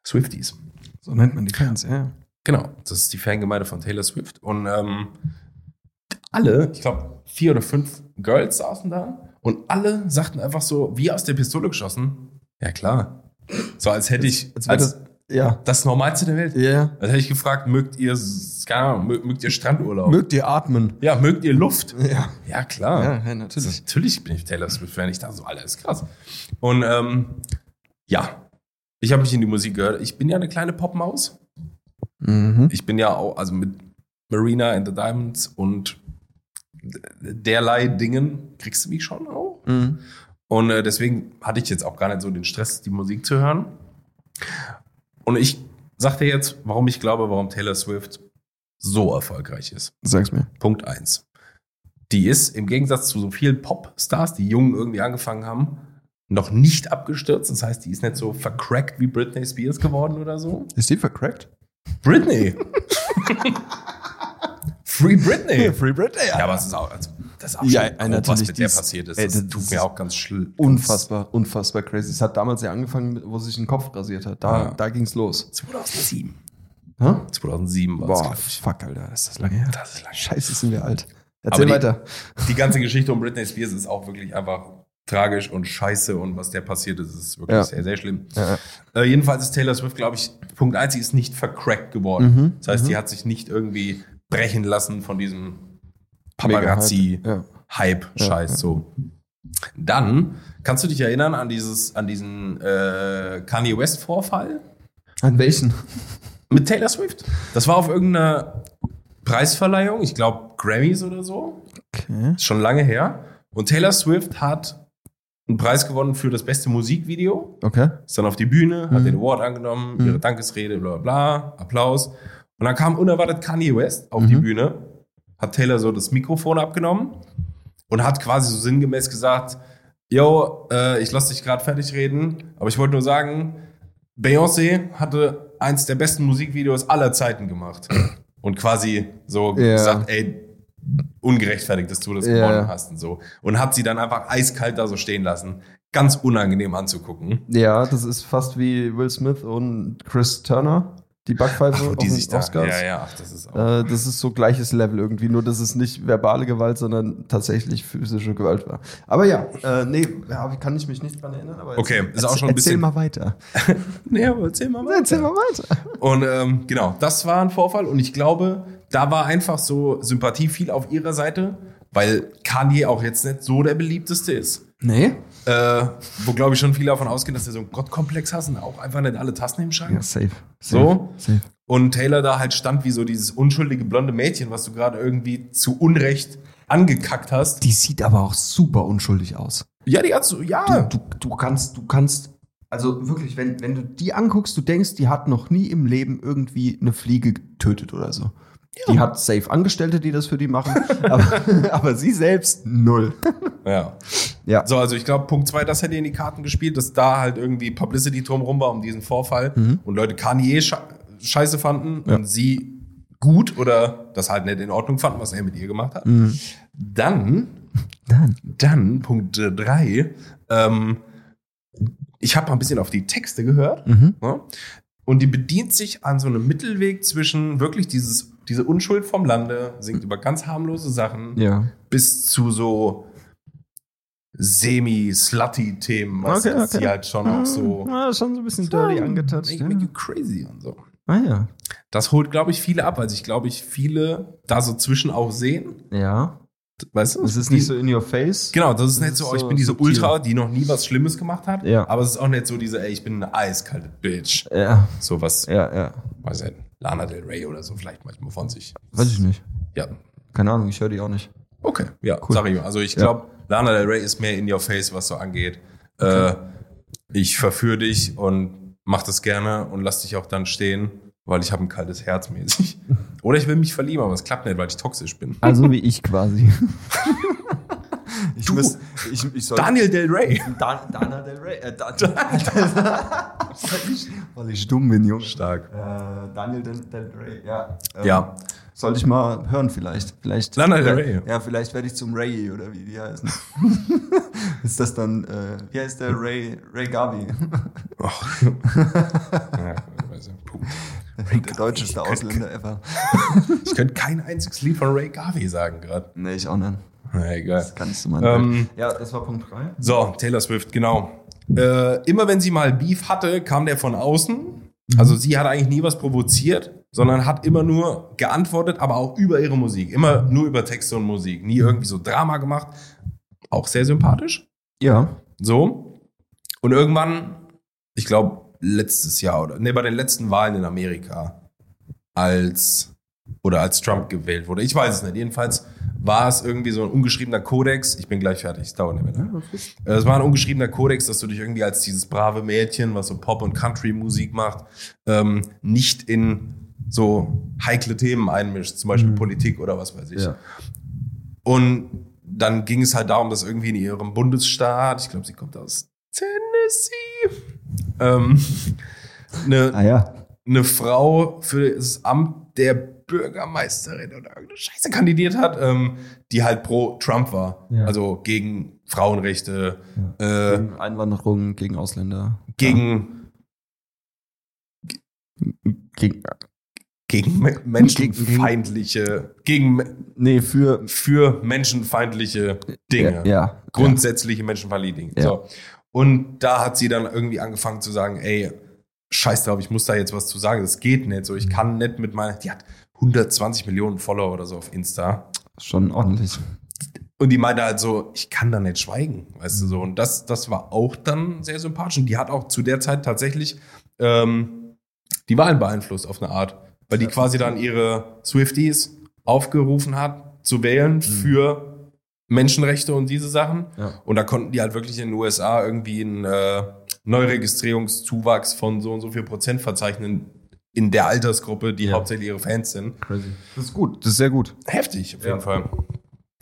Swifties. So nennt man die Fans, ja. Genau, das ist die Fangemeinde von Taylor Swift. Und ähm, alle, ich glaube, vier oder fünf Girls saßen da und alle sagten einfach so, wie aus der Pistole geschossen. Ja, klar. So, als hätte ich als als wär Ja. das Normalste der Welt. Ja. Als hätte ich gefragt, mögt ihr, s- keine Ahnung, mö- mögt ihr Strandurlaub? Mögt ihr atmen? ja, mögt ihr Luft? Ja. Ja, klar. Ja, ja, Das natürlich. ist- Natürlich bin ich Taylor Swift, wenn ich da so, Alter, ist krass. Und ähm, ja, ich habe mich in die Musik gehört. Ich bin ja eine kleine Popmaus. Mhm. ich bin ja auch, also mit Marina and the Diamonds und derlei Dingen kriegst du mich schon auch. Mhm. Und äh, deswegen hatte ich jetzt auch gar nicht so den Stress, die Musik zu hören. Und ich sag dir jetzt, warum ich glaube, warum Taylor Swift so erfolgreich ist. Sag's mir. Punkt 1. Die ist im Gegensatz zu so vielen Popstars, die jung irgendwie angefangen haben, noch nicht abgestürzt. Das heißt, die ist nicht so vercrackt wie Britney Spears geworden oder so. Ist die vercrackt? Britney. Free Britney. Free Britney. Ja, aber es ist auch, also, das ist auch Ja, schon ja, grob, was natürlich, mit der dies- passiert ist. ey, Das das tut ist mir auch ganz schlimm. Unfassbar, unfassbar crazy. Es hat damals ja angefangen, mit- wo sie sich den Kopf rasiert hat. Da, Ja. da ging's los. 2007. Hä? 2007 war es, Boah, glaub ich. fuck, Alter, ist das lange her. Das ist lang. Scheiße, sind wir alt. Erzähl die- weiter. Die ganze Geschichte um Britney Spears ist auch wirklich einfach tragisch und scheiße und was der passiert ist, ist wirklich Ja. sehr, sehr schlimm. Ja. Äh, jedenfalls ist Taylor Swift, glaube ich, Punkt eins, sie ist nicht vercrackt geworden. Mhm. Das heißt, Mhm. die hat sich nicht irgendwie brechen lassen von diesem Paparazzi. Ja. Hype-Scheiß Ja, ja. so. Dann kannst du dich erinnern an dieses, an diesen äh, Kanye West-Vorfall An welchen? mit Taylor Swift? Das war auf irgendeiner Preisverleihung, ich glaube Grammys oder so, Okay. ist schon lange her. Und Taylor Swift hat einen Preis gewonnen für das beste Musikvideo. Okay. Ist dann auf die Bühne, hat Mhm. den Award angenommen, Mhm. ihre Dankesrede, bla bla bla, Applaus. Und dann kam unerwartet Kanye West auf die Mhm. Bühne, hat Taylor so das Mikrofon abgenommen und hat quasi so sinngemäß gesagt, yo, äh, ich lass dich gerade fertig reden, aber ich wollte nur sagen, Beyoncé hatte eins der besten Musikvideos aller Zeiten gemacht. Und quasi so Ja. gesagt, ey, ungerechtfertigt, dass du das Ja. gewonnen hast und so. Und hat sie dann einfach eiskalt da so stehen lassen. Ganz unangenehm anzugucken. Ja, das ist fast wie Will Smith und Chris Turner, die Ach, Backpfeife wo auf die den sich da, Oscars. Ja, ja, ach, das ist auch. Äh, das ist so gleiches Level irgendwie, nur dass es nicht verbale Gewalt, sondern tatsächlich physische Gewalt war. Aber ja, äh, nee, ja, kann ich mich nicht dran erinnern. Aber Okay, erzähl- ist auch schon ein erzähl bisschen- mal weiter. Nee, aber erzähl mal Erzähl mal weiter. Und ähm, genau, das war ein Vorfall und ich glaube, da war einfach so Sympathie viel auf ihrer Seite, weil Kanye auch jetzt nicht so der beliebteste ist. Nee? Äh, wo glaube ich schon viele davon ausgehen, dass er so einen Gottkomplex hat und auch einfach nicht alle Tassen im Schrank. Ja, safe. safe So? Safe. Und Taylor da halt stand wie so dieses unschuldige blonde Mädchen, was du gerade irgendwie zu Unrecht angekackt hast. Die sieht aber auch super unschuldig aus. Ja, die hat so, ja. Du, du, du kannst, du kannst, also wirklich, wenn, wenn du die anguckst, du denkst, die hat noch nie im Leben irgendwie eine Fliege getötet oder so. Die hat safe Angestellte, die das für die machen, aber, aber sie selbst null. ja. Ja. So, also ich glaube, Punkt zwei, das hätte in die Karten gespielt, dass da halt irgendwie Publicity drumherum war um diesen Vorfall Mhm. und Leute Kanye sche- scheiße fanden Ja. und sie gut oder das halt nicht in Ordnung fanden, was er mit ihr gemacht hat. Mhm. Dann, Dann. dann, Punkt äh, drei, ähm, ich habe mal ein bisschen auf die Texte gehört Mhm. ne? und die bedient sich an so einem Mittelweg zwischen wirklich dieses, diese Unschuld vom Lande, singt über ganz harmlose Sachen Ja. bis zu so semi-slutty-Themen, was Okay, okay, okay. sie halt schon auch so Ah, Ja, schon so ein bisschen dirty angetouched. Make, make you crazy und so. Ah ja. Das holt, glaube ich, viele ab, weil sich, glaube ich, viele da so zwischen auch sehen. Ja. Weißt du? Es ist nicht so in your face. Genau, das ist Das nicht so, ist oh, ich so bin diese subtil. Ultra, die noch nie was Schlimmes gemacht hat. Ja. Aber es ist auch nicht so diese, ey, ich bin eine eiskalte Bitch. Ja, Sowas, ja, ja. weiß nicht, Lana Del Rey oder so vielleicht manchmal von sich. Weiß ich nicht. Ja, Keine Ahnung, ich höre die auch nicht. Okay, ja, Cool. sag ich mal. Also ich Ja. glaube, Lana Del Rey ist mehr in your face, was so angeht. Äh, ich verführe dich und mach das gerne und lass dich auch dann stehen, weil ich habe ein kaltes Herz mäßig. Oder ich will mich verlieben, aber es klappt nicht, weil ich toxisch bin. Also wie ich quasi. ich Du, muss, ich, ich soll Daniel Del Rey. Dan, Dana Del Rey. Äh, Dan, weil, ich, weil ich dumm bin, Junge. Stark. Äh, Daniel Del, Del Rey, ja. Ähm, Ja. Soll ich mal hören vielleicht? vielleicht Lana Del Rey. Ja, vielleicht werde ich zum Ray oder wie die heißen. ist das dann, äh, wie heißt der Ray, Ray Gavi? Ja, weiß ich. Puh. der deutscheste Ausländer ever. Ich könnte kein einziges Lied von Ray Garvey sagen gerade. Nee, ich auch nicht. Na, egal. Das kannst du mal Ähm, Ja, das war Punkt 3. So, Taylor Swift, genau. Äh, immer wenn sie mal Beef hatte, kam der von außen. Also sie hat eigentlich nie was provoziert, sondern hat immer nur geantwortet, aber auch über ihre Musik. Immer nur über Texte und Musik. Nie irgendwie so Drama gemacht. Auch sehr sympathisch. Ja. So. Und irgendwann, ich glaube, letztes Jahr oder, nee, bei den letzten Wahlen in Amerika, als, oder als Trump gewählt wurde. Ich weiß es nicht. Jedenfalls war es irgendwie so ein ungeschriebener Kodex. Ich bin gleich fertig. Es dauert nicht mehr lange. Äh, Es war ein ungeschriebener Kodex, dass du dich irgendwie als dieses brave Mädchen, was so Pop- und Country-Musik macht, ähm, nicht in so heikle Themen einmischst, zum Beispiel Politik oder was weiß ich. Ja. Und dann ging es halt darum, dass irgendwie in ihrem Bundesstaat, ich glaube, sie kommt aus Tennessee, ähm, eine, Ah ja. eine Frau für das Amt der Bürgermeisterin oder irgendeine Scheiße kandidiert hat, ähm, die halt pro Trump war. Ja. Also gegen Frauenrechte, äh, Gegen Einwanderung gegen Ausländer. gegen, Gegen, Gegen me- menschenfeindliche, gegen, me- Nee, für. für menschenfeindliche Dinge. Ja. ja. Grundsätzliche menschenfeindliche Dinge. Ja. So. Und da hat sie dann irgendwie angefangen zu sagen, ey, scheiß drauf, ich muss da jetzt was zu sagen. Das geht nicht Mhm. so. Ich kann nicht mit meiner, die hat 120 Millionen Follower oder so auf Insta. Schon ordentlich. Und die meinte halt so, ich kann da nicht schweigen, weißt du so. Und das, das war auch dann sehr sympathisch. Und die hat auch zu der Zeit tatsächlich ähm, die Wahlen beeinflusst auf eine Art. Weil die quasi dann ihre Swifties aufgerufen hat, zu wählen für Menschenrechte und diese Sachen. Ja. Und da konnten die halt wirklich in den USA irgendwie einen äh, Neuregistrierungszuwachs von so und so viel Prozent verzeichnen in der Altersgruppe, die Ja. hauptsächlich ihre Fans sind. Crazy. Das ist gut. Das ist sehr gut. Heftig, auf Ja. jeden Fall.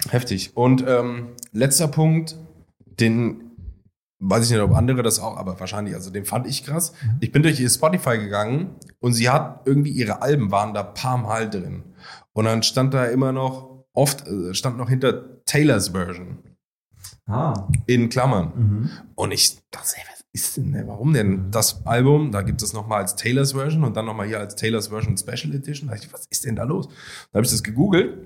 Heftig. Und ähm, letzter Punkt, den weiß ich nicht, ob andere das auch, aber wahrscheinlich, also den fand ich krass. Ich bin durch ihr Spotify gegangen und sie hat irgendwie ihre Alben waren da paar Mal drin. Und dann stand da immer noch, oft äh, stand noch hinter Taylors Version Ah. in Klammern. Mhm. Und ich dachte, ey, was ist denn, der? warum denn das Album? Da gibt es nochmal als Taylor's Version und dann nochmal hier als Taylor's Version Special Edition. Da dachte ich, was ist denn da los? Da habe ich das gegoogelt.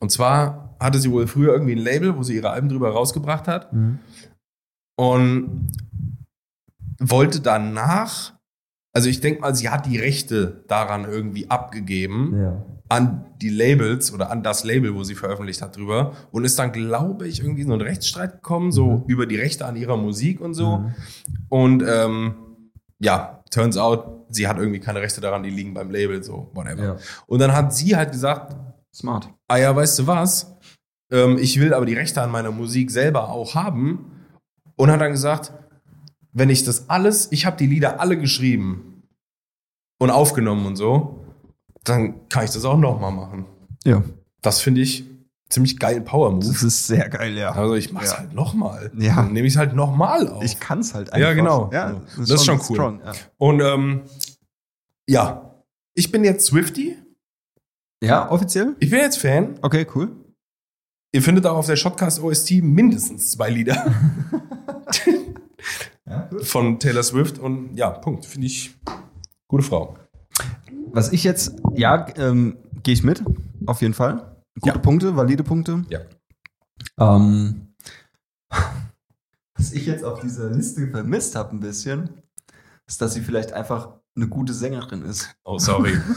Und zwar hatte sie wohl früher irgendwie ein Label, wo sie ihre Alben drüber rausgebracht hat Mhm. und wollte danach, also ich denke mal, sie hat die Rechte daran irgendwie abgegeben Ja. an die Labels oder an das Label, wo sie veröffentlicht hat, drüber und ist dann, glaube ich, irgendwie in so einen Rechtsstreit gekommen, so Mhm. über die Rechte an ihrer Musik und so. So. Und ähm, ja, turns out, sie hat irgendwie keine Rechte daran, die liegen beim Label, so whatever. Ja. Und dann hat sie halt gesagt, Smart. ah ja, weißt du was, ähm, ich will aber die Rechte an meiner Musik selber auch haben. Und hat dann gesagt, wenn ich das alles, ich habe die Lieder alle geschrieben und aufgenommen und so, dann kann ich das auch nochmal machen. Ja. Das finde ich ziemlich geilen Power-Move. Das ist sehr geil, ja. Also ich mach's Ja. halt nochmal. Ja. Dann nehme ich halt nochmal auf. Ich kann's halt einfach. Ja, genau. Ja, Das ist schon cool. strong, Ja. Und ähm, ja, ich bin jetzt Swifty. ja, offiziell? Ich bin jetzt Fan. Okay, cool. Ihr findet auch auf der Shotcast OST mindestens zwei Lieder Ja, cool. von Taylor Swift. Und ja, Punkt. Finde ich gute Frau. Was ich jetzt, ja, ähm, gehe ich mit, auf jeden Fall. Gute Punkte, valide Punkte. Ja. Ähm, was ich jetzt auf dieser Liste vermisst habe ein bisschen, ist, dass sie vielleicht einfach eine gute Sängerin ist. Oh, sorry.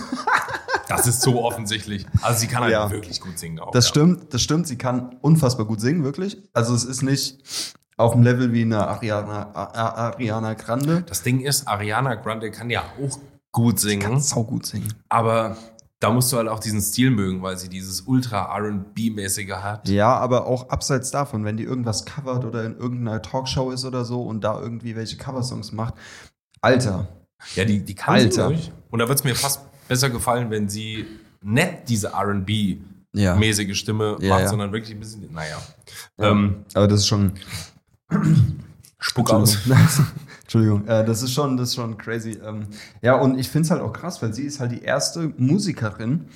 Das ist so offensichtlich. Also sie kann halt Ja. wirklich gut singen auch. Das ja. stimmt, das stimmt. Sie kann unfassbar gut singen, wirklich. Also es ist nicht auf dem Level wie eine Ariana, A- A- Ariana Grande. Das Ding ist, Ariana Grande kann ja auch gut singen, sau gut singen. aber da musst du halt auch diesen Stil mögen, weil sie dieses ultra R&B-mäßige hat. Ja, aber auch abseits davon, wenn die irgendwas covert oder in irgendeiner Talkshow ist oder so und da irgendwie welche Coversongs macht. Alter. Ja, die, die kann Alter. sie ruhig. Und da wird es mir fast besser gefallen, wenn sie nicht diese R&B-mäßige Ja. Stimme Ja, macht, ja. sondern wirklich ein bisschen, naja. Ja. Ähm, Aber das ist schon. Spuck aus. Entschuldigung, äh, das ist schon, das ist schon crazy. Ähm, ja, und ich finde es halt auch krass, weil sie ist halt die erste Musikerin,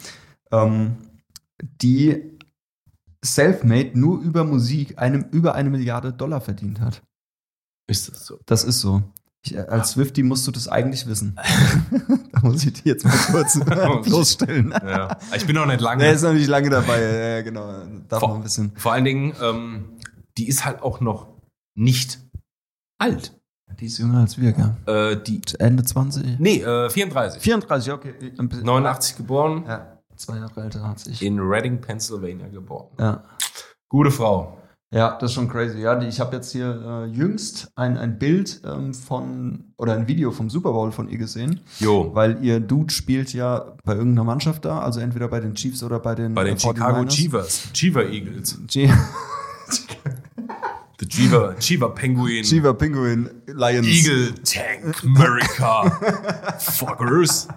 ähm, die selfmade nur über Musik einem über eine Milliarde Dollar verdient hat. Ist das so? Das ist so. Ich, äh, als Swifty musst du das eigentlich wissen. da muss ich die jetzt mal kurz bloßstellen. Ja. Ich bin noch nicht lange. Der ist noch nicht lange dabei. Ja, ja, genau. Darf Vor- noch ein bisschen. Vor allen Dingen, ähm, die ist halt auch noch nicht alt. Die ist jünger als wir, gell? Äh, die, Ende 20. nee, äh, 34. 34, okay. Ein bisschen- 89 geboren, Ja, zwei Jahre älter als ich. in Reading, Pennsylvania geboren. Ja. Gute Frau. Ja, das ist schon crazy. Ja, die, ich habe jetzt hier äh, jüngst ein, ein Bild ähm, von oder ein Video vom Super Bowl von ihr gesehen, Jo. weil ihr Dude spielt ja bei irgendeiner Mannschaft da, also entweder bei den Chiefs oder bei den Bei den äh, Chicago 49ers. Chivas. Chiva Eagles. Chi- The Chiva, Chiva Penguin. Chiva Penguin Lions. Eagle Tank America. Fuckers.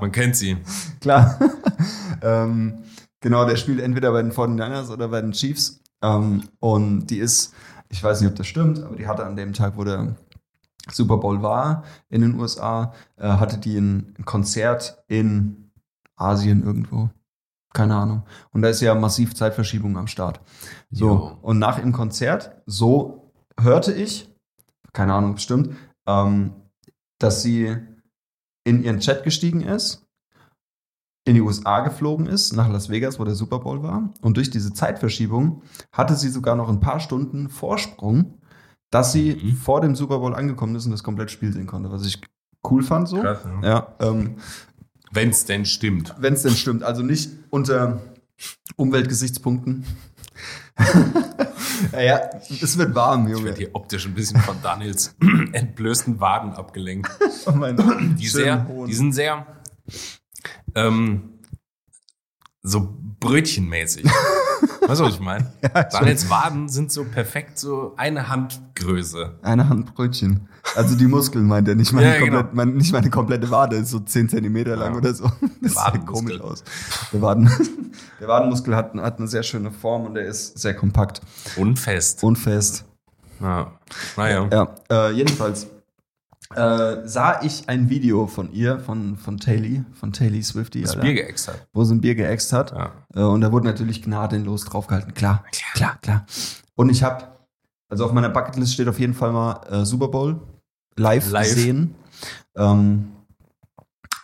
Man kennt sie. Klar. ähm, genau, der spielt entweder bei den 49ers oder bei den Chiefs. Ähm, und die ist, ich weiß nicht, ob das stimmt, aber die hatte an dem Tag, wo der Super Bowl war in den USA, äh, hatte die ein Konzert in Asien irgendwo. Keine Ahnung. Und da ist ja massiv Zeitverschiebung am Start. So. Jo. Und nach dem Konzert, so hörte ich, keine Ahnung, bestimmt, ähm, dass sie in ihren Chat gestiegen ist in die USA geflogen ist, nach Las Vegas, wo der Super Bowl war. Und durch diese Zeitverschiebung hatte sie sogar noch ein paar Stunden Vorsprung, dass sie Mhm. vor dem Super Bowl angekommen ist und das komplette Spiel sehen konnte, was ich cool fand so. Krass, ja. Ja, ähm, Wenn es denn stimmt. wenn es denn stimmt. Also nicht unter Umweltgesichtspunkten. ja, ja, es wird warm, Ich Junge. werde hier optisch ein bisschen von Daniels entblößten Waden abgelenkt. Oh mein- Die, schönen sehr, Hohn. die sind sehr ähm, so brötchenmäßig. weißt du, was ich meine? Daniels Waden sind so perfekt, so eine Handgröße. Eine Hand Brötchen. Also die Muskeln meint er, nicht meine, Ja, ja, komplett, mein, nicht meine komplette Wade, ist so 10 Zentimeter lang Ja. oder so. Das sieht Wadenmuskel. komisch aus. Der, Waden, der Wadenmuskel hat, hat eine sehr schöne Form und er ist sehr kompakt Unfest. und fest. Ja. Naja. Ja, äh, jedenfalls äh, sah ich ein Video von ihr, von, von Taylor, von Taylor Swifty, Das Alter, Bier geäxt wo sie ein Bier geäxt hat. ja. Äh, Und da wurde natürlich gnadenlos draufgehalten. Klar, klar, klar. Und ich habe, also auf meiner Bucketlist steht auf jeden Fall mal äh, Super Bowl live, Live. sehen. Ähm,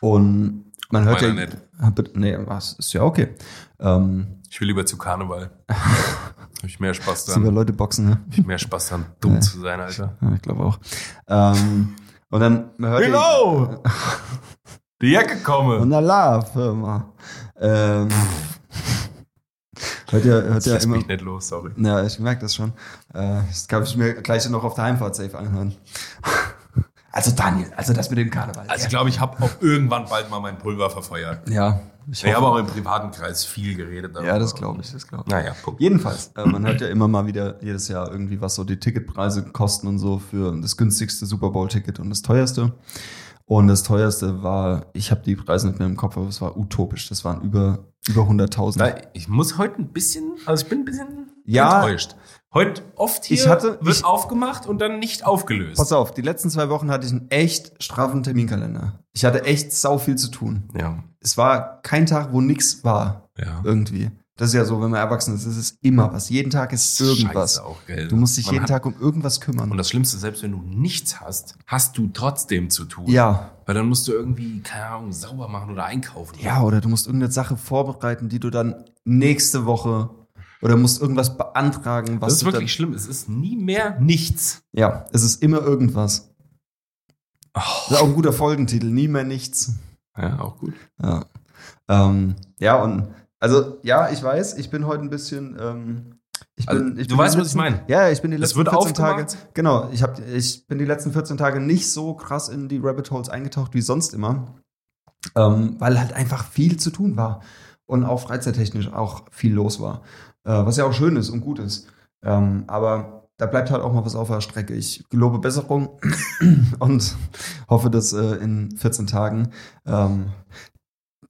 und man hört ja. Meiner nicht. Ah, bitte- Nee, was? Ist ja okay. Ähm, Ich will lieber zu Karneval. Hab ich mehr Spaß sind wir dran. Leute boxen, ne? Hab ich mehr Spaß dran, dumm Ja. zu sein, Alter. Ja, ich glaube auch. Ähm, und dann man hört ja. Hello! Genau! Die Jacke komme. Und dann love, hör mal. Ähm, hört ja, hört Das ja lässt immer. mich nicht los, sorry. Ja, ich merke das schon. Äh, das kann ich mir gleich noch auf der Heimfahrt safe anhören. Also Daniel, also das mit dem Karneval. Also ich glaube, ich habe auch irgendwann bald mal mein Pulver verfeuert. ja, ich Ich habe hoffe, auch im privaten Kreis viel geredet. ja, das glaube ich, das glaube ich. Naja, Punkt. Jedenfalls, äh, man hört ja immer mal wieder jedes Jahr irgendwie, was so die Ticketpreise kosten und so für das günstigste Super Bowl-Ticket und das teuerste. Und das teuerste war, ich habe die Preise nicht mehr im Kopf, aber es war utopisch. Das waren über, über 100.000. Na, ich muss heute ein bisschen, also ich bin ein bisschen Ja. enttäuscht. Heute oft hier Ich hatte- wird ich- aufgemacht und dann nicht aufgelöst. Pass auf, die letzten zwei Wochen hatte ich einen echt straffen Terminkalender. Ich hatte echt sau viel zu tun. Ja, es war kein Tag, wo nichts war, ja. irgendwie. Das ist ja so, wenn man erwachsen ist, ist es immer was. Jeden Tag ist irgendwas. Scheiße auch, gell? Du musst dich Man jeden hat- Tag um irgendwas Und kümmern. das Schlimmste, selbst wenn du nichts hast, hast du trotzdem zu tun. Ja, Weil dann musst du irgendwie, keine Ahnung, sauber machen oder einkaufen. ja, oder du musst irgendeine Sache vorbereiten, die du dann nächste Woche oder musst irgendwas beantragen, was das ist du wirklich schlimm. Es ist nie mehr nichts. dann. Ja, es ist immer irgendwas. Oh. Das ist auch ein guter Folgentitel, nie mehr nichts. Ja, auch gut. Ja. Ähm, ja, und also ja, ich weiß, ich bin heute ein bisschen. Ähm, ich bin, Also, ich du bin weißt, die was ich meine. Ja, ich bin die Das letzten wird 14 Tage. aufgemacht. Genau, ich, hab, ich bin die letzten 14 Tage nicht so krass in die Rabbit Holes eingetaucht wie sonst immer, ähm, weil halt einfach viel zu tun war und auch freizeittechnisch auch viel los war, äh, was ja auch schön ist und gut ist. Ähm, aber da bleibt halt auch mal was auf der Strecke. Ich gelobe Besserung und hoffe, dass äh, in 14 Tagen, ähm,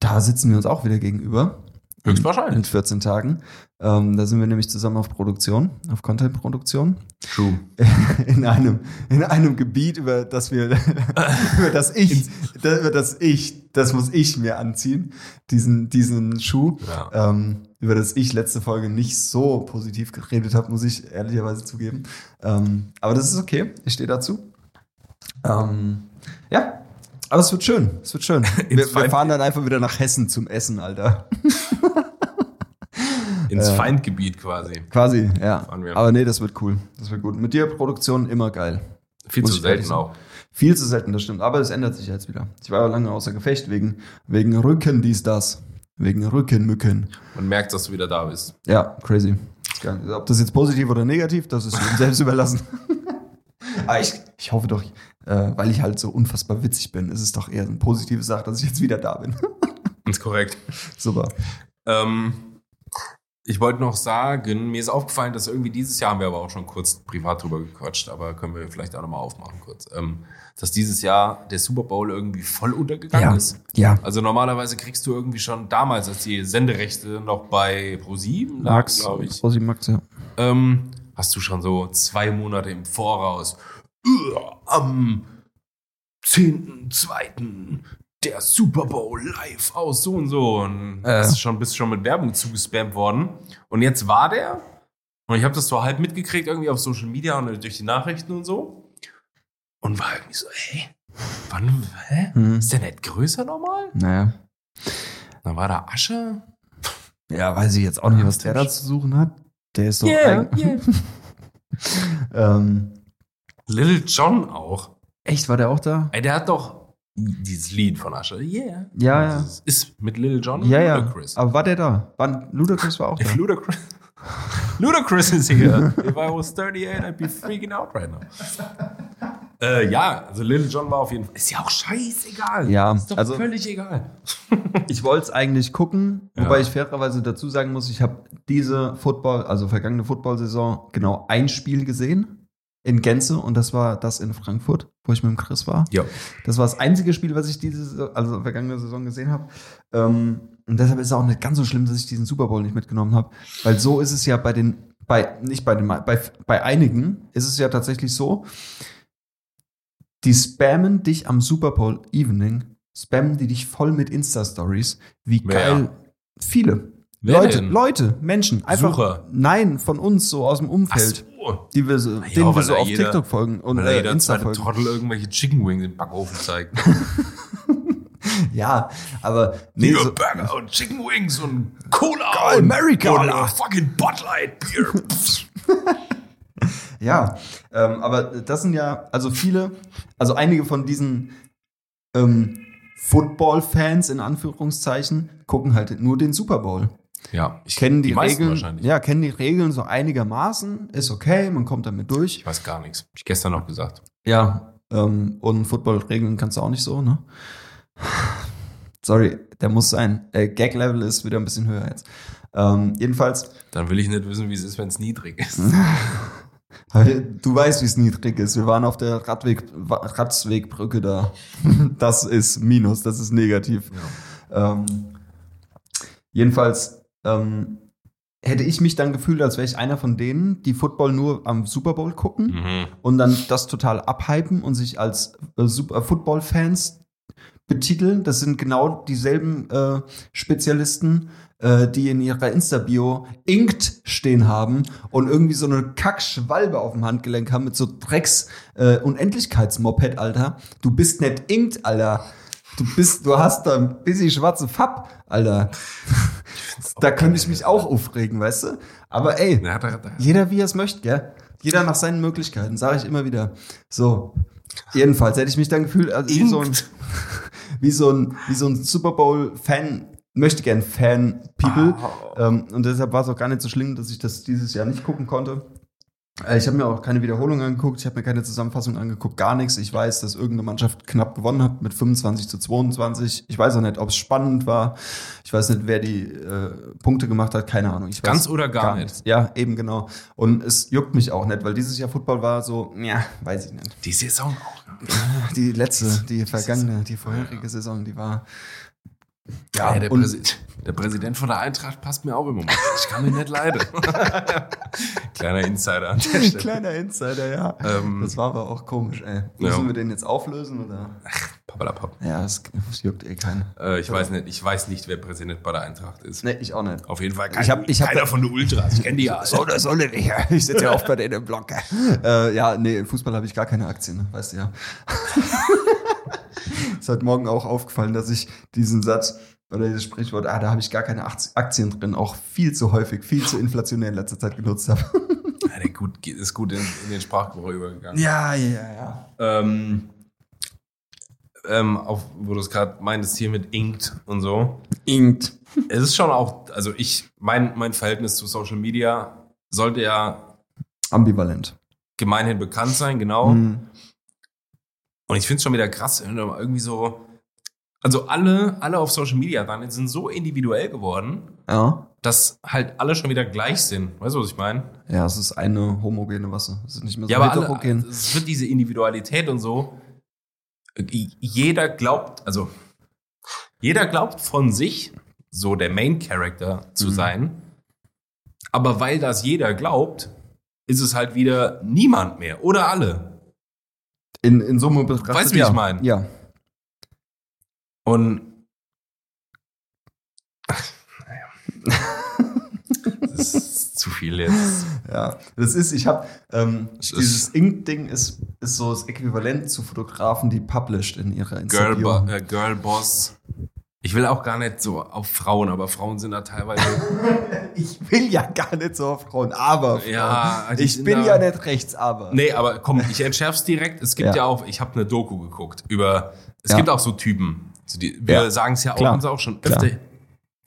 da sitzen wir uns auch wieder gegenüber. In Höchstwahrscheinlich. 14 Tagen. Ähm, da sind wir nämlich zusammen auf Produktion, auf Content-Produktion True. in einem, in einem Gebiet, über das wir, über das ich, da- über das ich, das muss ich mir anziehen, diesen, diesen Schuh, Ja. ähm, über das ich letzte Folge nicht so positiv geredet habe, muss ich ehrlicherweise zugeben. Ähm, aber das ist okay, ich stehe dazu. Ähm, ja, aber es wird schön, es wird schön. Wir, wir Feind- fahren dann einfach wieder nach Hessen zum Essen, Alter. Ins Ja. Feindgebiet quasi. Quasi, ja. Fahren wir. Aber nee, das wird cool, das wird gut. Mit dir Produktion immer geil. Viel Muss zu ich ehrlich selten sagen. auch. Viel zu selten, das stimmt. Aber es ändert sich jetzt wieder. Ich war ja lange außer Gefecht wegen, wegen Rücken, dies, das. Wegen Rückenmücken. Man merkt, dass du wieder da bist. Ja, crazy. Ist geil. Ob das jetzt positiv oder negativ, das ist jedem selbst überlassen. Aber ich, ich hoffe doch, äh, weil ich halt so unfassbar witzig bin, ist es doch eher eine positive Sache, dass ich jetzt wieder da bin. Ganz korrekt. Super. Ähm, ich wollte noch sagen, mir ist aufgefallen, dass irgendwie dieses Jahr haben wir aber auch schon kurz privat drüber gequatscht, aber können wir vielleicht auch nochmal aufmachen kurz, ähm, dass dieses Jahr der Super Bowl irgendwie voll untergegangen Ja. ist. Ja. Also normalerweise kriegst du irgendwie schon damals, als die Senderechte noch bei ProSieben lagen, Max, glaube ich, Rosi Max, ja. ähm, hast du schon so zwei Monate im Voraus "Uah, am 10.2. der Super Bowl live aus so und so und Äh. hast schon, bist schon mit Werbung zugespammt worden und jetzt war der und ich habe das so halb mitgekriegt irgendwie auf Social Media und durch die Nachrichten und so und war irgendwie so, hey, wann, hä? Mhm. Ist der nicht größer normal? Naja. Dann war da Asche. Ja, weiß ich jetzt auch nicht, was der da zu suchen hat. Der ist doch. Yeah, eig- ähm, Little John auch. echt, war der auch da? Ey, der hat doch dieses Lied von Asche. Yeah. Ja, ja. Dieses Ist mit Little John und Ja, ja. Ludacris. Aber war der da? Wann- Ludacris war auch da. Ludacris. Ludacris is here. If I was 38, I'd be freaking out right now. äh, ja, also Little John war auf jeden Fall. Ist ja auch scheißegal. Ja, ist doch also- völlig egal. Ich wollte es eigentlich gucken, Ja. wobei ich fairerweise dazu sagen muss, ich habe diese Football, also vergangene Football-Saison, genau ein Spiel gesehen in Gänze und das war das in Frankfurt, wo ich mit dem Chris war. Ja. Das war das einzige Spiel, was ich diese, Saison- also vergangene Saison gesehen habe. Ähm, und deshalb ist es auch nicht ganz so schlimm, dass ich diesen Super Bowl nicht mitgenommen habe, weil so ist es ja bei den, bei nicht bei den, bei bei einigen ist es ja tatsächlich so, die spammen dich am Super Bowl Evening, spammen die dich voll mit Insta Stories. Wie Wer? geil! Viele Wer Leute, denn? Leute, Menschen, einfach Sucher. nein von uns so aus dem Ach Umfeld, so. die wir so, ja, denen wir weil so da auf jeder- TikTok folgen und Weil da äh, jeder Insta zweite folgen. Trottel irgendwelche Chicken Wings im Backofen zeigt. Ja, aber nee, Nee, so, Burger und Chicken Wings und Cola Go und America! und a fucking Bud Light Beer. Ja, ähm, aber das sind ja, also viele, also einige von diesen ähm, Football-Fans in Anführungszeichen gucken halt nur den Super Bowl. ja, ich Kennen die, meisten Regeln, wahrscheinlich. ja, kennen die Regeln so einigermaßen, ist okay, man kommt damit durch. Ich weiß gar nichts. Hab ich gestern noch gesagt. Ja, ähm, und Football-Regeln kannst du auch nicht so, ne? Sorry, der muss sein. Äh, Gag-Level ist wieder ein bisschen höher jetzt. Ähm, jedenfalls, Dann will ich nicht wissen, wie es ist, wenn es niedrig ist. Du weißt, wie es niedrig ist. Wir waren auf der Radweg, Radwegbrücke da. Das ist Minus, das ist negativ. Ähm, jedenfalls ähm, hätte ich mich dann gefühlt, als wäre ich einer von denen, die Football nur am Super Bowl gucken Mhm. und dann das total abhypen und sich als äh, Super- äh, Football-Fans betiteln. Das sind genau dieselben äh, Spezialisten, äh, die in ihrer Insta-Bio Inkt stehen haben und irgendwie so eine Kackschwalbe auf dem Handgelenk haben mit so Drecks äh, Unendlichkeitsmoped, Alter. Du bist nicht Inkt, Alter. Du bist, du hast da ein bisschen schwarze Fapp, Alter. da könnte ich mich auch aufregen, weißt du? Aber ey, Na, da, da. jeder wie er es möchte, gell? Jeder nach seinen Möglichkeiten, sage ich immer wieder. So. Jedenfalls hätte ich mich dann gefühlt, also wie so ein, wie so ein, wie so ein Super Bowl-Fan, möchte gern Fan-People. Ähm, und deshalb war es auch gar nicht so schlimm, dass ich das dieses Jahr nicht gucken konnte. Äh, Ich habe mir auch keine Wiederholung angeguckt, ich habe mir keine Zusammenfassung angeguckt, gar nichts. Ich weiß, dass irgendeine Mannschaft knapp gewonnen hat mit 25 zu 22. Ich weiß auch nicht, ob es spannend war. Ich weiß nicht, wer die äh, Punkte gemacht hat, keine Ahnung. Ich weiß Ganz oder gar nicht. nichts. Ja, eben genau. Und es juckt mich auch nicht, weil dieses Jahr Football war so, ja, weiß ich nicht. Die Saison auch. Die letzte, die vergangene, die vorherige Saison, die war. Ja, der, und- Präsi- der Präsident von der Eintracht passt mir auch immer mal. Ich kann ihn nicht leiden. Kleiner Insider an der Stelle. Kleiner Insider, ja. Ähm, Das war aber auch komisch, ey. Ja. Müssen wir den jetzt auflösen oder? papalapap. Ja, es, es juckt eh keinen. Äh, ich, weiß nicht, ich weiß nicht, wer Präsident bei der Eintracht ist. Nee, ich auch nicht. Auf jeden Fall kein, Ich hab- ich hab- keiner von den Ultras. Ich kenne die ja. alle. Oder soll er nicht? Ich sitze ja oft bei denen im Block. Äh, ja, nee, im Fußball habe ich gar keine Aktien, ne? weißt du ja. ist heute Morgen auch aufgefallen, dass ich diesen Satz oder dieses Sprichwort, ah, da habe ich gar keine Akt- Aktien drin, auch viel zu häufig, viel zu inflationär in letzter Zeit genutzt habe. Ja, der gut, ist gut in, in den Sprachgebrauch übergegangen. Ja, ja, ja. Ähm, ähm, auf, wo du es gerade meintest, hier mit Inkt und so. Inkt. Es ist schon auch, also ich, mein, mein Verhältnis zu Social Media sollte ja Ambivalent. gemeinhin bekannt sein, genau. Mhm. Und ich finde es schon wieder krass, wenn du mal irgendwie so, also alle, alle auf Social Media dann sind so individuell geworden, Ja. dass halt alle schon wieder gleich sind. Weißt du, was ich meine? Ja, es ist eine homogene Masse. Es ist nicht mehr so Ja, aber alle, heterogen. es wird diese Individualität und so. Jeder glaubt, also jeder glaubt von sich, so der Main Character zu Mhm. sein. Aber weil das jeder glaubt, ist es halt wieder niemand mehr oder alle. In, in Summe betrachtet. Weißt du, wie ja. ich mein? Ja. Und naja. das ist zu viel jetzt. Ja, das ist, ich habe, ähm, Es ist- dieses Ink-Ding ist, ist so das Äquivalent zu Fotografen, die published in ihrer Girl, Instagram. Bo äh, Girl Boss, Ich will auch gar nicht so auf Frauen, aber Frauen sind da teilweise. Ich will ja gar nicht so auf Frauen, aber Frauen. ja, also die ich sind bin ja da- nicht rechts, aber. Nee, aber komm, ich entschärf's direkt. Es gibt ja, Also Ja. auch, ich habe eine Doku geguckt über, es Ja. gibt auch so Typen. So die, wir Ja. sagen es ja auch, Klar. haben es auch schon Klar. öfter.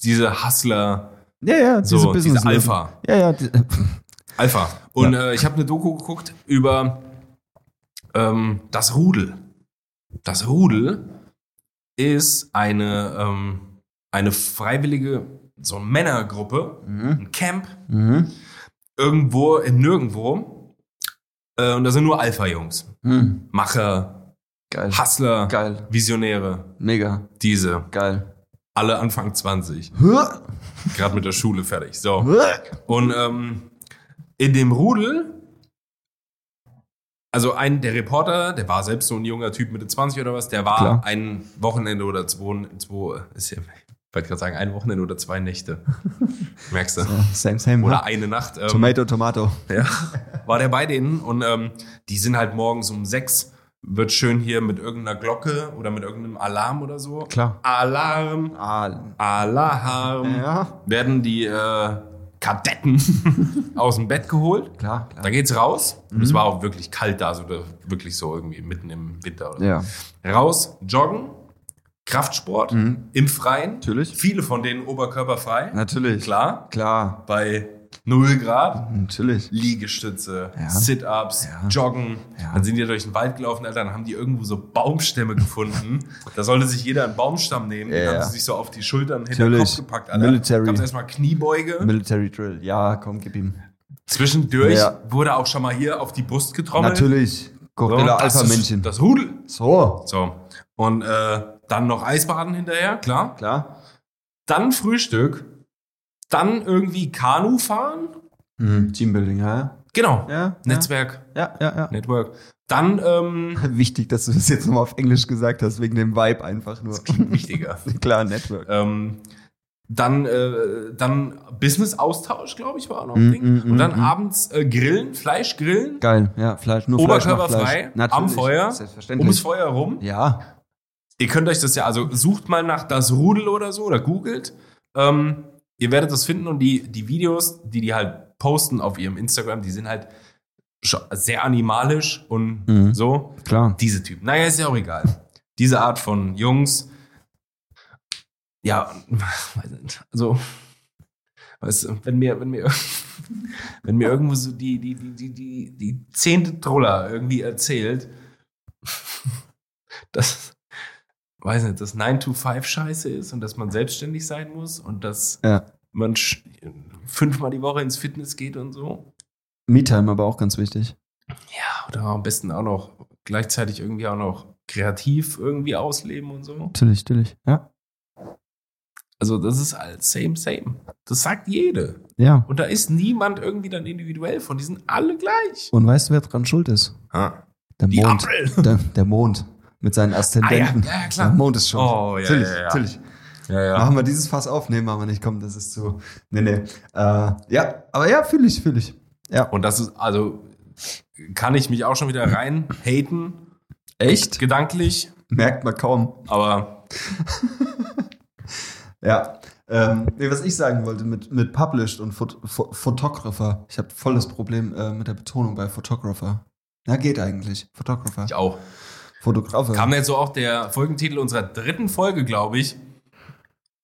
Diese Hustler, Ja, ja, diese so, diese, Business. Alpha. Ja, ja. die- Alpha. Und äh, ich habe eine Doku geguckt über ähm, das Rudel. Das Rudel ist eine, ähm, eine freiwillige, so eine Männergruppe, Mhm. ein Camp, Mhm. irgendwo im Nirgendwo. Äh, und da sind nur Alpha-Jungs. Mhm. Macher, Geil. Hustler, Geil. Visionäre, Mega. diese. Geil. Alle Anfang 20. Huh? Gerade mit der Schule fertig. So. Huh? Und ähm, in dem Rudel, also ein der Reporter, der war selbst so ein junger Typ Mitte 20 oder was, der war Klar. ein Wochenende oder zwei, zwei ist ja, ich wollte gerade sagen, ein Wochenende oder zwei Nächte. Merkst du? Same, same. Oder huh? eine Nacht. Ähm, Tomato, Tomato. ja, war der bei denen und ähm, die sind halt morgens um sechs, wird schön hier mit irgendeiner Glocke oder mit irgendeinem Alarm oder so. Klar. Alarm, Ah, Alarm, ja. werden die äh, Kadetten aus dem Bett geholt. Klar, Da klar. geht's raus. Und Mhm. es war auch wirklich kalt da, so da- wirklich so irgendwie mitten im Winter. Oder so. Ja. Raus, joggen, Kraftsport Mhm. im Freien. Natürlich. Viele von denen oberkörperfrei. Natürlich. Klar, Klar. bei 0 Grad. Natürlich. Liegestütze, Ja. Sit-Ups, Ja. Joggen. Ja. Dann sind die durch den Wald gelaufen, Alter, dann haben die irgendwo so Baumstämme gefunden. da sollte sich jeder einen Baumstamm nehmen. Ja, Dann ja. haben sie sich so auf die Schultern hinter den Kopf Natürlich. gepackt, Alter. Military. Gab's erstmal Kniebeuge. Military Drill. Ja, komm, gib ihm. Zwischendurch Ja. wurde auch schon mal hier auf die Brust getrommelt. Natürlich. Gorilla das Alpha ist Männchen. Das Rudel. So. So. Und äh, dann noch Eisbaden hinterher, klar. Klar. Dann Frühstück. Dann irgendwie Kanu fahren. Mhm. Teambuilding, ja. Genau. Ja. Netzwerk. Ja, ja, ja. Network. Dann, ähm, Wichtig, dass du das jetzt nochmal auf Englisch gesagt hast, wegen dem Vibe einfach nur. das klingt wichtiger. Klar, Network. ähm, dann, äh, dann Business-Austausch, glaube ich, war auch noch Mm, ein Ding. mm, Und dann mm, mm. abends äh, Grillen, Fleisch grillen, Geil, ja, Fleisch, nur Fleisch. macht Oberkörperfrei, Fleisch. Natürlich, am Feuer, ums Selbstverständlich. Feuer rum. Ja, Ihr könnt euch das ja, also sucht mal nach das Rudel oder so oder googelt. Ähm, ihr werdet das finden und die, die Videos, die die halt posten auf ihrem Instagram, die sind halt schon sehr animalisch und Mhm. so. klar. Diese Typen. Naja, ist ja auch egal. Diese Art von Jungs. Ja, weiß nicht. Also, weißt du, wenn mir, wenn mir, wenn mir irgendwo so die, die, die, die, die, die zehnte Troller irgendwie erzählt, dass, weiß nicht, dass 9 to 5 scheiße ist und dass man selbstständig sein muss und dass Ja. man sch- fünfmal die Woche ins Fitness geht und so. Me-Time aber auch ganz wichtig. Ja, oder am besten auch noch gleichzeitig irgendwie auch noch kreativ irgendwie ausleben und so. Natürlich, natürlich. Ja, Also das ist alles same, same. Das sagt jede. ja. Und da ist niemand irgendwie dann individuell von. Die sind alle gleich. Und weißt du, wer dran schuld ist? Der Die Ah, Mond. Ampel. Der, der Mond mit seinen Aszendenten. Ah, ja, ja, klar. Der Mond Ah. ist schuld. Oh, ja, natürlich, ja, ja. natürlich. Ja, ja. Machen wir dieses Fass auf? Nee, machen wir nicht. Komm, das ist zu. Nee, nee. Äh, ja, aber ja, fühle ich, fühle ich. Ja. Und das ist, also kann ich mich auch schon wieder rein haten, Echt? gedanklich, Merkt man kaum. aber Ja. Ähm, nee, was ich sagen wollte mit, mit Published und Fot Fo- Photographer. Ich habe voll das Problem äh, mit der Betonung bei Photographer. Na, geht eigentlich. Photographer. ich auch. Fotografer. Kam jetzt so auch der Folgentitel unserer dritten Folge, glaube ich.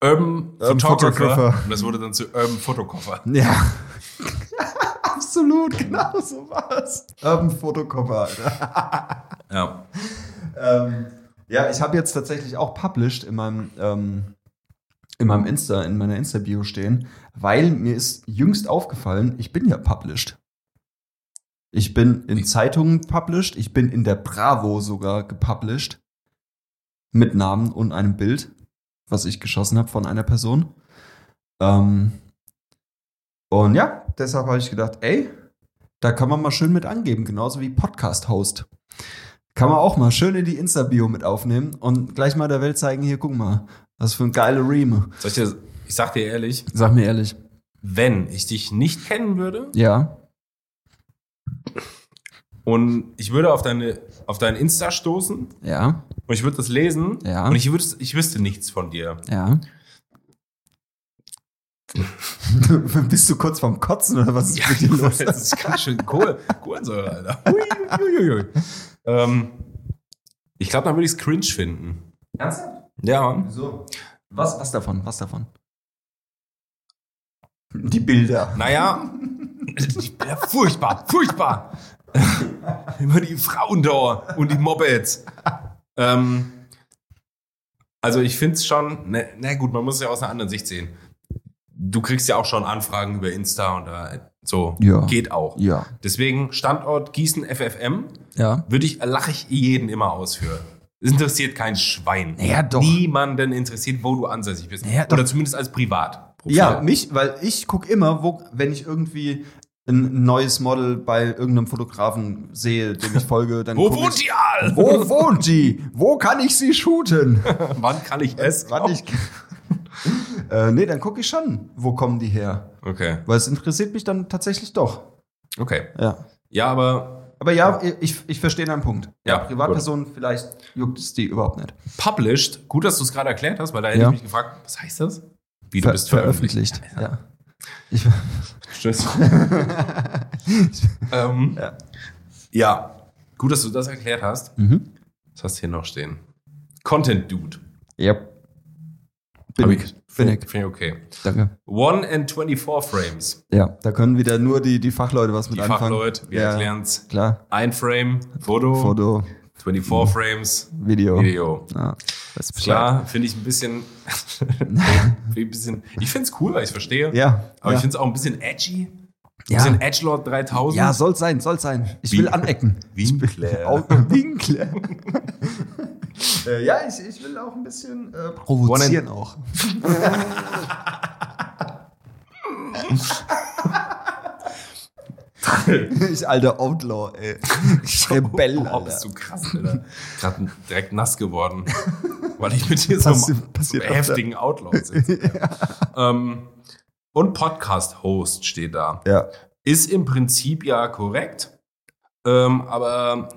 Urban, Urban Photographer. Photographer. Und das wurde dann zu Urban Fotokoffer. Ja. Absolut, genau so war's. Ähm, Fotokoffer, Alter. Ja. Ähm, ja, ich habe jetzt tatsächlich auch published in meinem, ähm, in meinem Insta, in meiner Insta-Bio stehen, weil mir ist jüngst aufgefallen, ich bin ja published. Ich bin in Wie? Zeitungen published, ich bin in der Bravo sogar gepublished. Mit Namen und einem Bild, was ich geschossen habe von einer Person. Ähm, und ja, deshalb habe ich gedacht, ey, da kann man mal schön mit angeben, genauso wie Podcast-Host. Kann man auch mal schön in die Insta-Bio mit aufnehmen und gleich mal der Welt zeigen, hier, guck mal, was für ein geile Reime. Soll ich, dir, ich sag dir ehrlich, Sag mir ehrlich. wenn ich dich nicht kennen würde, Ja. Und ich würde auf deine, auf deinen Insta stoßen Ja, und ich würde das lesen Ja. und ich, würd's, ich wüsste nichts von dir. ja. Bist du kurz vorm Kotzen oder was ist Ja, mit dir los? das ist ganz schön Kohl, Kohlensäure, Alter. Hui, hui, hui, hui. ähm, ich glaube, dann würde ich es cringe finden. Ernsthaft? Ja, Mann. So. Was, was davon? Was davon? Die Bilder. Naja, ich bin ja furchtbar, furchtbar. Immer die Frauen da und die Mopeds. Ähm, also ich finde es schon, na, na gut, man muss es ja aus einer anderen Sicht sehen. Du kriegst ja auch schon Anfragen über Insta und da, so, Ja. geht auch. Ja. Deswegen Standort Gießen FFM, Ja. würde ich, lache ich jeden immer aus für. Es interessiert kein Schwein. Naja, doch. Niemanden interessiert, wo du ansässig bist. Naja, doch. Oder zumindest als privat. Ja, mich, weil ich gucke immer, wo, wenn ich irgendwie ein neues Model bei irgendeinem Fotografen sehe, dem ich folge, dann Wo guck wohnt ich, ihr all? Wo wohnt die? Wo kann ich sie shooten? Wann kann ich es? Warte, ich. äh, nee, dann gucke ich schon, wo kommen die her. Okay, Weil es interessiert mich dann tatsächlich doch. okay. Ja. Ja, aber Aber ja, ich, ich verstehe deinen Punkt. Ja, Privatpersonen, vielleicht juckt es die überhaupt nicht. published, gut, dass du es gerade erklärt hast, weil da hätte Ja. ich mich gefragt, was heißt das? Wie du Ver bist veröffentlicht. veröffentlicht. Ja. Tschüss. ähm, ja. Ja. gut, dass du das erklärt hast. Mhm. Was hast du hier noch stehen? Content Dude. Yep. Bin Hab ich. Bin ich. Finde ich okay. Danke. One and 24 Frames. Ja. Da können wieder nur die, die Fachleute was mit Die anfangen. Fachleute, wir Ja. erklären's. Klar. Ein Frame, Foto, Foto, 24 Frames, Video. Video. Ja, das ist Klar, finde ich ein bisschen, find ich ein bisschen. Ich finde es cool, weil ich verstehe. Ja. aber ja. ich finde es auch ein bisschen edgy. Ein Ja. bisschen Edgelord 3000. ja, Oh, soll sein, soll sein. Ich Wie- will anecken. Winkler. Au- Winkler. äh, ja, ich, ich will auch ein bisschen äh, provozieren auch. ich alter Outlaw, ey. Rebell, Oh, Alter. bist du krass, Alter. Gerade direkt nass geworden, weil ich mit dir so Passi- einem so passiert einem heftigen Outlaw sitze. ähm, und Podcast-Host steht da. Ja. Ist im Prinzip ja korrekt, ähm, aber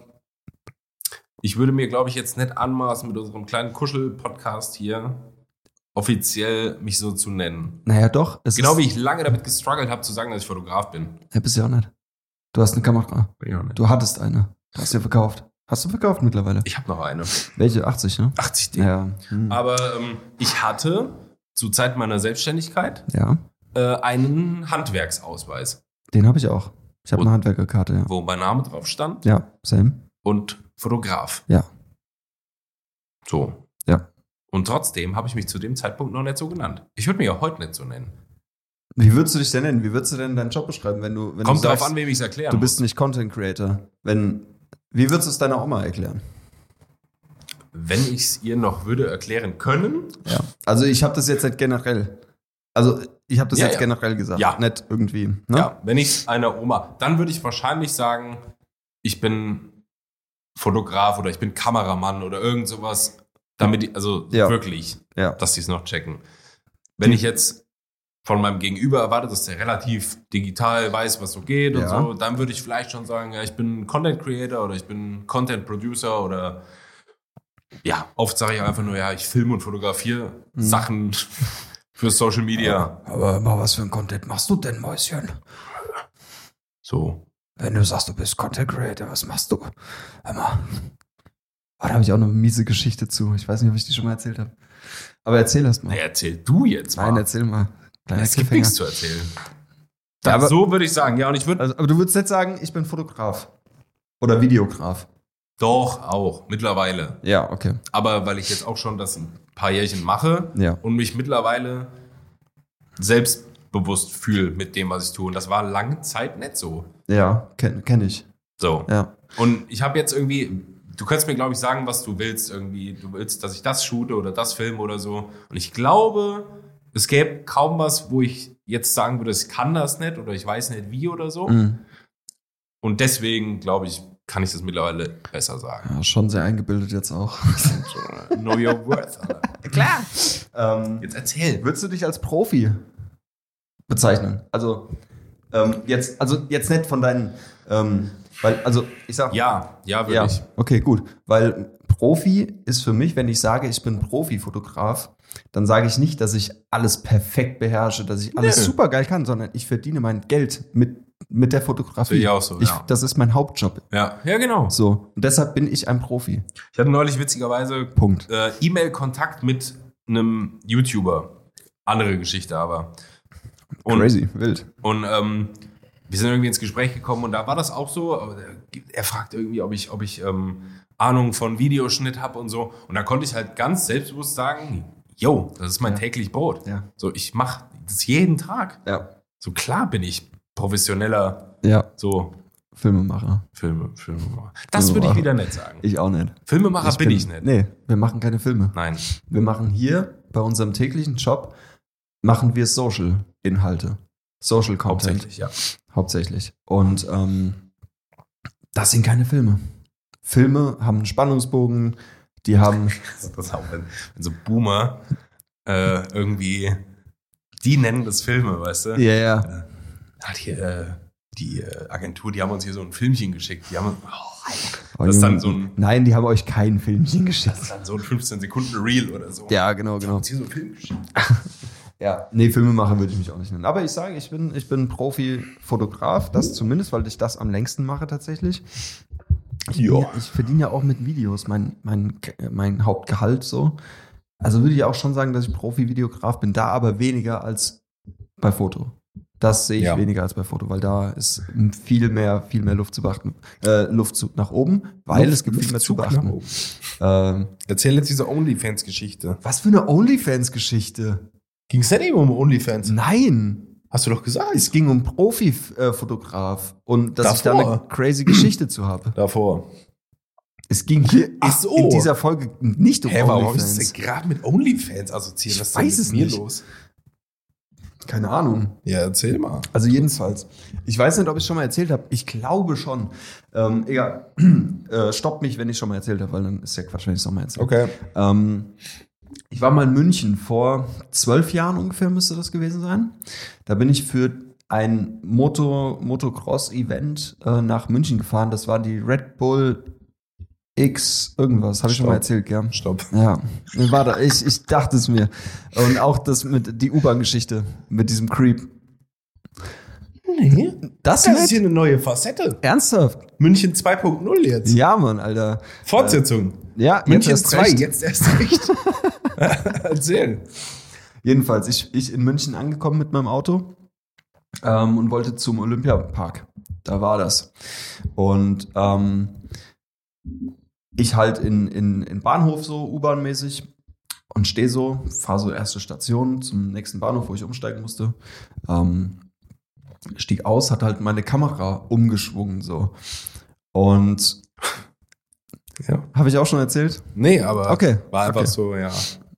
ich würde mir, glaube ich, jetzt nicht anmaßen, mit unserem kleinen Kuschel-Podcast hier offiziell mich so zu nennen. Naja, doch. Es Genau ist, wie ich lange damit gestruggelt habe, zu sagen, dass ich Fotograf bin. Ja, bist du ja auch nicht. Du hast eine Kamera. Bin ich auch nicht. Du hattest eine. Du hast ja verkauft. Hast du verkauft mittlerweile? Ich habe noch eine. Welche? 80, ne? 80 Dinge. Ja. Hm. Aber ähm, ich hatte zur Zeit meiner Selbstständigkeit Ja. äh, einen Handwerksausweis, Den habe ich auch. Ich habe Und- eine Handwerkerkarte, ja. wo mein Name drauf stand Ja, same. und Fotograf. Ja. So. Ja. Und trotzdem habe ich mich zu dem Zeitpunkt noch nicht so genannt. Ich würde mich auch heute nicht so nennen. Wie würdest du dich denn nennen? Wie würdest du denn deinen Job beschreiben, wenn du, wenn Kommt du darauf sagst, an, wem ich es erklären du bist nicht Content Creator? Wenn, wie würdest du es deiner Oma erklären? muss. Wenn ich es ihr noch würde erklären können, Ja. Also ich habe das jetzt halt generell. Also ich habe das Ja, jetzt ja. generell gesagt, Ja. nicht irgendwie. Ne? ja, wenn ich es einer Oma, dann würde ich wahrscheinlich sagen, ich bin Fotograf oder ich bin Kameramann oder irgend sowas, damit, die, also Ja. wirklich, Ja. dass die es noch checken. Wenn ich jetzt von meinem Gegenüber erwarte, dass der relativ digital weiß, was so geht Ja. und so, dann würde ich vielleicht schon sagen, ja, ich bin Content Creator oder ich bin Content Producer oder ja, oft sage ich einfach nur, ja, ich filme und fotografiere Mhm. Sachen für Social Media. Aber mal was für ein Content machst du denn, Mäuschen? So. Wenn du sagst, du bist Content Creator, was machst du? Hör mal. Ah, da habe ich auch noch eine miese Geschichte zu. Ich weiß nicht, ob ich die schon mal erzählt habe. Aber erzähl erst mal. Na, erzähl du jetzt mal. Nein, erzähl mal. Kleiner es gibt Cliffhanger. nichts zu erzählen. Ja, aber- so würde ich sagen, ja, und ich würde Also, aber du würdest jetzt sagen, ich bin Fotograf. Oder Videograf. doch auch mittlerweile. Ja, okay. Aber weil ich jetzt auch schon das ein paar Jährchen mache Ja. und mich mittlerweile selbstbewusst fühle mit dem, was ich tue. Und das war lange Zeit nicht so. Ja, kenne kenn ich. So. Ja. Und ich habe jetzt irgendwie, du kannst mir, glaube ich, sagen, was du willst. Irgendwie, du willst, dass ich das shoote oder das filme oder so. Und ich glaube, es gäbe kaum was, wo ich jetzt sagen würde, ich kann das nicht oder ich weiß nicht wie oder so. Mhm. Und deswegen, glaube ich, kann ich das mittlerweile besser sagen. ja. Schon sehr eingebildet jetzt auch. Know your worth. Alter. Klar. Ähm, Jetzt erzähl. Würdest du dich als Profi bezeichnen? Also ähm, jetzt, also jetzt nicht von deinen ähm, Weil, also, ich sag. Ja, ja, würde ja. ich. Okay, gut. Weil Profi ist für mich, wenn ich sage, ich bin Profi-Fotograf, dann sage ich nicht, dass ich alles perfekt beherrsche, dass ich alles super geil kann, sondern ich verdiene mein Geld mit, mit der Fotografie. Sehe ich auch so, Ich, ja. Das ist mein Hauptjob. Ja, ja genau. So. Und deshalb bin ich ein Profi. Ich hatte neulich witzigerweise Punkt. äh, E-Mail-Kontakt mit einem YouTuber. Andere Geschichte aber. Und, Crazy, wild. Und ähm, wir sind irgendwie ins Gespräch gekommen und da war das auch so. aber der- Er fragt irgendwie, ob ich, ob ich ähm, Ahnung von Videoschnitt habe und so. Und da konnte ich halt ganz selbstbewusst sagen, yo, das ist mein täglich Brot. Ja. So, ich mache das jeden Tag. Ja. So klar bin ich professioneller Ja, so Filmemacher. Filme, Filmemacher. Das würde ich wieder nicht sagen. Ich auch nicht. Filmemacher Ah, bin, bin ich nicht. Nee, wir machen keine Filme. Nein. Wir machen hier bei unserem täglichen Job machen wir Social-Inhalte, Social-Content Hauptsächlich, ja. hauptsächlich. Und ähm, das sind keine Filme. Filme haben einen Spannungsbogen, die haben Das ist auch, wenn, wenn so Boomer äh, irgendwie, die nennen das Filme, weißt du? ja ja Hat hier, äh, die äh, Agentur, die haben uns hier so ein Filmchen geschickt. Die haben uns, oh, Und- ist dann so ein- Nein, die haben euch kein Filmchen geschickt. dann so ein 15 Sekunden Reel oder so. Ja, genau, genau. Uns hier so einen Film geschickt. Ja, nee, Filmemacher würde ich mich auch nicht nennen. Aber ich sage, ich bin, ich bin Profi-Fotograf, das zumindest, weil ich das am längsten mache tatsächlich. Ich, bin ja, ich verdiene ja auch mit Videos mein, mein, mein Hauptgehalt so. Also würde ich auch schon sagen, dass ich Profi-Videograf bin, da aber weniger als bei Foto. Das sehe ich Ja. weniger als bei Foto, weil da ist viel mehr, viel mehr Luft zu beachten, äh, Luftzug nach oben, weil es gibt viel mehr zu beachten. Ähm, Erzähl jetzt diese OnlyFans-Geschichte. was für eine OnlyFans-Geschichte? Ging es denn eben um OnlyFans? Nein. Hast du doch Es gesagt. ging um Profi-Fotograf und dass ich da Davor. eine crazy Geschichte zu habe. Davor. Es ging hier Ach so. in dieser Folge nicht um Hä, warum hab ich das OnlyFans. denn gerade mit OnlyFans assoziiert? Ich denn weiß mit es mir nicht. los? Keine Ahnung. Ja, erzähl mal. Also jedenfalls. Ich weiß nicht, ob ich es schon mal erzählt habe. Ich glaube schon. Ähm, egal. äh, stoppt mich, wenn ich schon mal erzählt habe, weil dann ist ja Quatsch, wenn ich es nochmal erzähle. Okay. Ähm, ich war mal in München vor zwölf Jahren ungefähr, müsste das gewesen sein. Da bin ich für ein Moto, Motocross-Event äh, nach München gefahren. Das war die Red Bull X irgendwas. Habe ich schon mal Stopp. erzählt, gell? Stopp. Ja, warte, ich, ich dachte es mir. Und auch das mit die U-Bahn-Geschichte mit diesem Creep. Nee. Das, Das ist das hier eine neue Facette. ernsthaft? München 2.0 jetzt. Ja, Mann, Alter. Fortsetzung. Ja, München erst 2, recht. jetzt erst recht. erzähl. Jedenfalls, ich, ich in München angekommen mit meinem Auto ähm, und wollte zum Olympiapark. Da war das. Und ähm, ich halt in, in, in Bahnhof so, U-Bahn-mäßig und stehe so, fahre so erste Station zum nächsten Bahnhof, wo ich umsteigen musste. Ähm, stieg aus, hat halt meine Kamera umgeschwungen so. Und Ja. habe ich auch schon erzählt? Nee, aber Okay. war einfach okay. so, ja.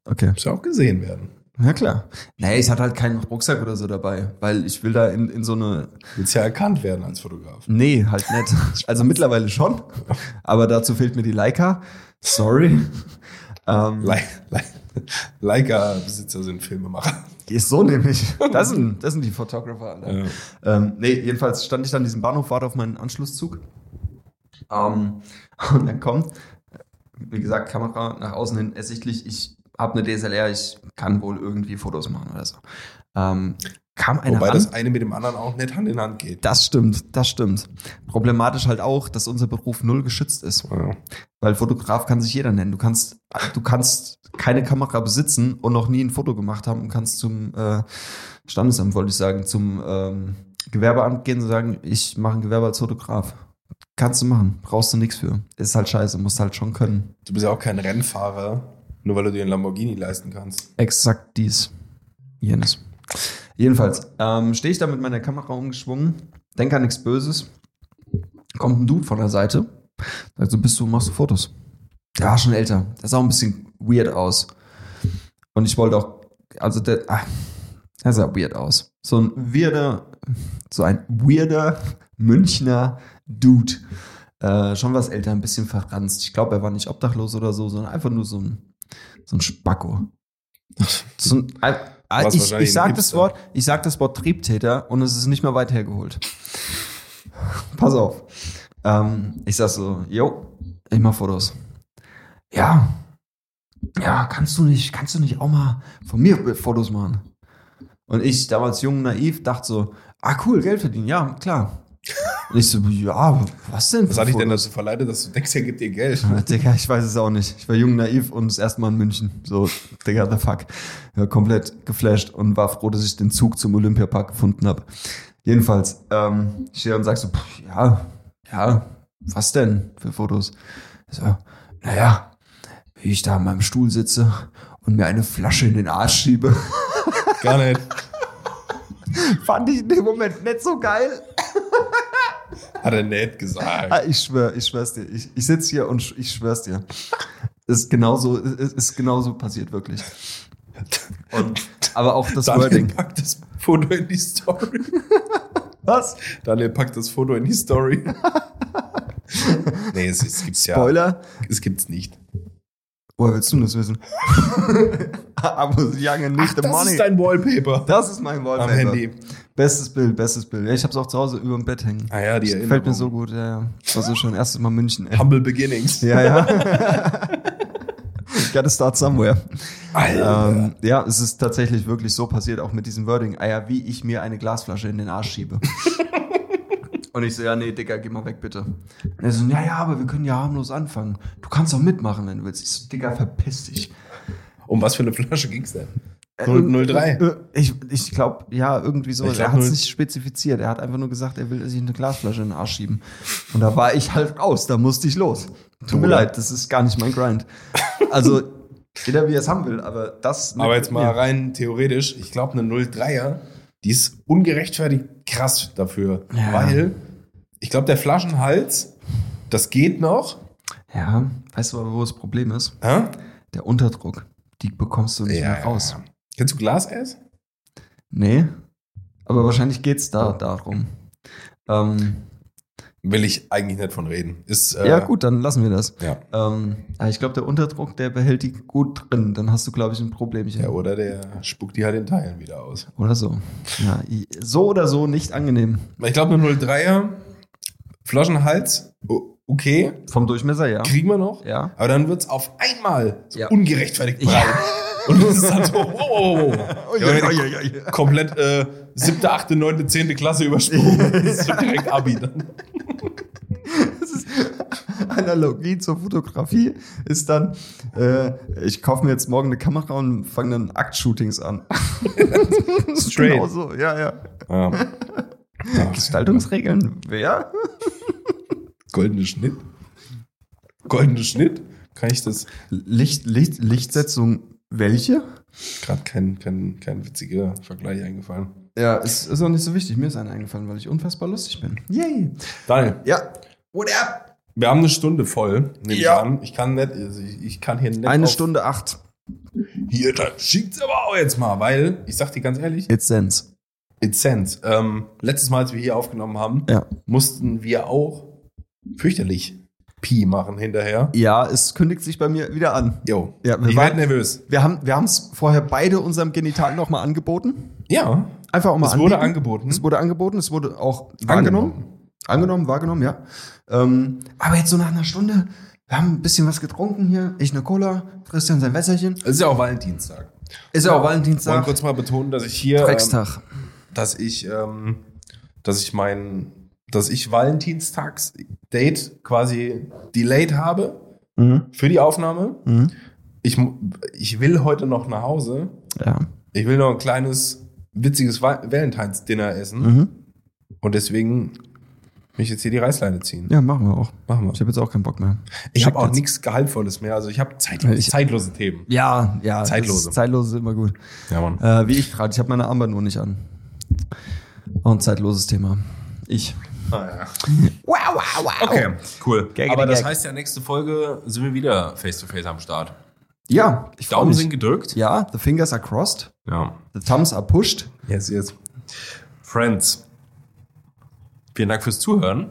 Okay. Muss ja auch gesehen werden. Ja, klar. Nee, ich hatte halt keinen Rucksack oder so dabei, weil ich will da in, in so eine. Willst ja erkannt werden als Fotograf. Nee, halt nicht. Also mittlerweile schon, aber dazu fehlt mir die Leica. Sorry. Ähm, Le- Le- Leica-Besitzer sind Filmemacher. ist so nämlich. Das sind, das sind die Photographer, Alter. Ja. Ähm, nee, jedenfalls stand ich dann an diesem Bahnhof, warte auf meinen Anschlusszug. Ähm, und dann kommt, wie gesagt, Kamera nach außen hin ersichtlich, ich habe eine DSLR, ich kann wohl irgendwie Fotos machen oder so. Ähm, kam einer Wobei an. das eine mit dem anderen auch nicht Hand in Hand geht. Das stimmt, das stimmt. Problematisch halt auch, dass unser Beruf null geschützt ist. Ja. Weil Fotograf kann sich jeder nennen. Du kannst, du kannst keine Kamera besitzen und noch nie ein Foto gemacht haben und kannst zum äh, Standesamt, wollte ich sagen, zum ähm, Gewerbeamt gehen und sagen, ich mache ein Gewerbe als Fotograf. Kannst du machen, brauchst du nichts für. Ist halt scheiße, musst halt schon können. Du bist ja auch kein Rennfahrer, nur weil du dir einen Lamborghini leisten kannst. Exakt dies. Jenes. Jedenfalls ähm, stehe ich da mit meiner Kamera umgeschwungen, denke an nichts Böses. Kommt ein Dude von der Seite, sagt so: Bist du, machst du Fotos? Der war schon älter. Der sah auch ein bisschen weird aus. Und ich wollte auch, also der, ah, der sah weird aus. So ein weirder, so ein weirder Münchner Dude. Äh, schon was älter, ein bisschen verranzt. Ich glaube, er war nicht obdachlos oder so, sondern einfach nur so ein, so ein Spacko. So ein, ein, warst ich wahrscheinlich ich ein sage das, Hipster. Wort- ich sag das Wort Triebtäter und es ist nicht mehr weit hergeholt. Pass auf. Ähm, ich sag so, yo, ich mach Fotos. Ja. Ja, kannst du nicht, kannst du nicht auch mal von mir Fotos machen? Und ich, damals jung, naiv, dachte so, ah cool, Geld verdienen, ja, klar. Und ich so, ja, was denn? Was für hat dich denn Fotos? dazu verleitet, dass du denkst, er gibt dir Geld? Ja, Digga, ich weiß es auch nicht. Ich war jung, naiv und das erste Mal in München. So, Digga, the fuck. Ja, komplett geflasht und war froh, dass ich den Zug zum Olympiapark gefunden habe. Jedenfalls, ähm, ich stehe und sag so, pff, ja, ja, was denn für Fotos? Ich So, naja, wie ich da an meinem Stuhl sitze und mir eine Flasche in den Arsch schiebe. Gar nicht. Fand ich in dem Moment nicht so geil. Hat er nett gesagt. Ah, ich schwör, ich schwör's dir. Ich, ich sitze hier und sch ich schwör's dir. Ist genauso, ist, ist genauso passiert, wirklich. Und, aber auch das Daniel Wording. packt das Foto in die Story. Was? Daniel packt das Foto in die Story. nee, es, es gibt's ja. Spoiler? Es gibt's nicht. Woher willst du das wissen? aber Young and nicht the das money. ist dein Wallpaper. das ist mein Wallpaper. Am Handy. Bestes Bild, bestes Bild. Ja, ich hab's auch zu Hause über dem Bett hängen. Ah ja, die das Erinnerung. gefällt mir so gut, ja, ja. Das war so schön. Erstes Mal München, ey. Humble Beginnings. Ja, ja. Gotta start somewhere. Ähm, Äh. ja, es ist tatsächlich wirklich so passiert, auch mit diesem Wording. Ah ja, wie ich mir eine Glasflasche in den Arsch schiebe. Und ich so, ja, nee, Digga, geh mal weg, bitte. Und er so, ja, ja, aber wir können ja harmlos anfangen. Du kannst auch mitmachen, wenn du willst. Ich so, Digga, verpiss dich. Um was für eine Flasche ging's denn? Äh, 003. äh, äh, Ich, ich glaube, ja, irgendwie so. Ich glaub, er hat es null- nicht spezifiziert. Er hat einfach nur gesagt, er will sich eine Glasflasche in den Arsch schieben. Und da war ich halt raus, da musste ich los. Tut mir Oder? leid, das ist gar nicht mein Grind. Also, jeder wie er es haben will, aber das. Aber jetzt mal Ja. rein theoretisch, ich glaube, eine 03er, die ist ungerechtfertigt krass dafür. Ja. Weil ich glaube, der Flaschenhals, das geht noch. Ja, weißt du aber, wo das Problem ist? Hä? Der Unterdruck. Die bekommst du nicht Ja, mehr raus. ja, ja. Kennst du Glaseis? Nee. Aber wahrscheinlich geht es da darum. Ähm, Will ich eigentlich nicht von reden. Ist, äh, ja, gut, dann lassen wir das. Ja. Ähm, aber ich glaube, der Unterdruck, der behält die gut drin. Dann hast du, glaube ich, ein Problemchen. Ja, oder der spuckt die halt in Teilen wieder aus. Oder so. Ja, i- so oder so nicht angenehm. Ich glaube, eine 03er, Flaschenhals, o- okay, Vom Durchmesser, ja. kriegen wir noch. Ja. Aber dann wird es auf einmal so Ja. ungerechtfertigt breit. Und das ist dann so, wow, wow, wow. Ja, wenn ich Komplett äh, siebte, achte, neunte, zehnte Klasse übersprungen. Das ist so direkt Abi dann. Analogie zur Fotografie ist dann, äh, ich kaufe mir jetzt morgen eine Kamera und fange dann Aktshootings an. Straight. Genau so, ja, ja. Ja. Gestaltungsregeln, wer? Goldene Schnitt. Goldene Schnitt? Kann ich das? Licht, Licht, Lichtsetzung, welche? Gerade kein, kein, kein witziger Vergleich eingefallen. Ja, ist, ist auch nicht so wichtig. Mir ist einer eingefallen, weil ich unfassbar lustig bin. Yay. Daniel, Ja. What up? wir haben eine Stunde voll. Nehme Ja. ich an. Ich kann nicht, also ich, ich kann hier nicht. Eine auf- Stunde acht. Hier, dann schickt's aber auch jetzt mal, weil, ich sag dir ganz ehrlich, It's sense. It's Sense. Ähm, letztes Mal, als wir hier aufgenommen haben, Ja. mussten wir auch fürchterlich Pi machen hinterher. Ja, es kündigt sich bei mir wieder an. Jo. Ja, wir ich waren- werd nervös. Wir haben wir es vorher beide unserem Genital nochmal angeboten. Ja. Einfach auch mal es wurde anbieten. angeboten. Es wurde angeboten, es wurde auch Mhm. wahrgenommen. Angenommen, wahrgenommen, ja. Ähm, aber jetzt so nach einer Stunde, wir haben ein bisschen was getrunken hier. Ich eine Cola, Christian sein Wässerchen. Es ist ja auch Valentinstag. Ist ja auch Ich wollte Valentinstag. kurz mal betonen, dass ich hier, ähm, Dreckstag. dass ich, ähm, dass ich mein, dass ich Valentinstags-Date quasi delayed habe Mhm. für die Aufnahme. Mhm. Ich, mu- ich will heute noch nach Hause. Ja. Ich will noch ein kleines, witziges Va- Valentine's-Dinner essen. Mhm. Und deswegen will ich jetzt hier die Reißleine ziehen. ja, machen wir auch. Machen Ich wir. habe jetzt auch keinen Bock mehr. Ich habe Schickt auch jetzt. nichts Gehaltvolles mehr. Also ich habe zeitlose, Ich- zeitlose Themen. Ja, ja. das Zeitlose. ist- Zeitlose ist immer gut. Ja, Mann. Äh, wie ich gerade, ich habe meine Armbanduhr nicht an. Und zeitloses Thema. Ich. Wow, wow, wow. Okay, cool. Gag, Aber das gag. heißt ja, nächste Folge sind wir wieder face to face am Start. Ja, ich freu Daumen mich. sind gedrückt. Ja, the fingers are crossed, Ja. the thumbs are pushed. Yes, yes. Friends, vielen Dank fürs Zuhören.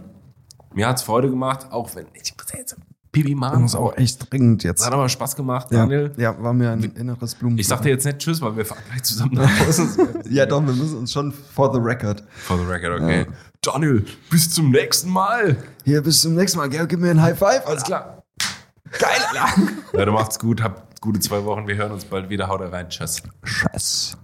Mir hat's Freude gemacht, auch wenn ich muss ja jetzt Pipi machen. Das ist auch echt dringend Es jetzt. hat aber Spaß gemacht, Ja, Daniel. ja, war mir ein inneres Blumen. Ich sag dir jetzt nicht Tschüss, weil wir fahren gleich zusammen nach Hause. ja, doch, wir müssen uns schon for the record. For the record, okay. Daniel, bis zum nächsten Mal. Hier, bis zum nächsten Mal. Gell, gib mir ein High Five. Alles klar. Leute, macht's gut, habt gute zwei Wochen. Wir hören uns bald wieder. Haut rein. Tschüss. Scheiß.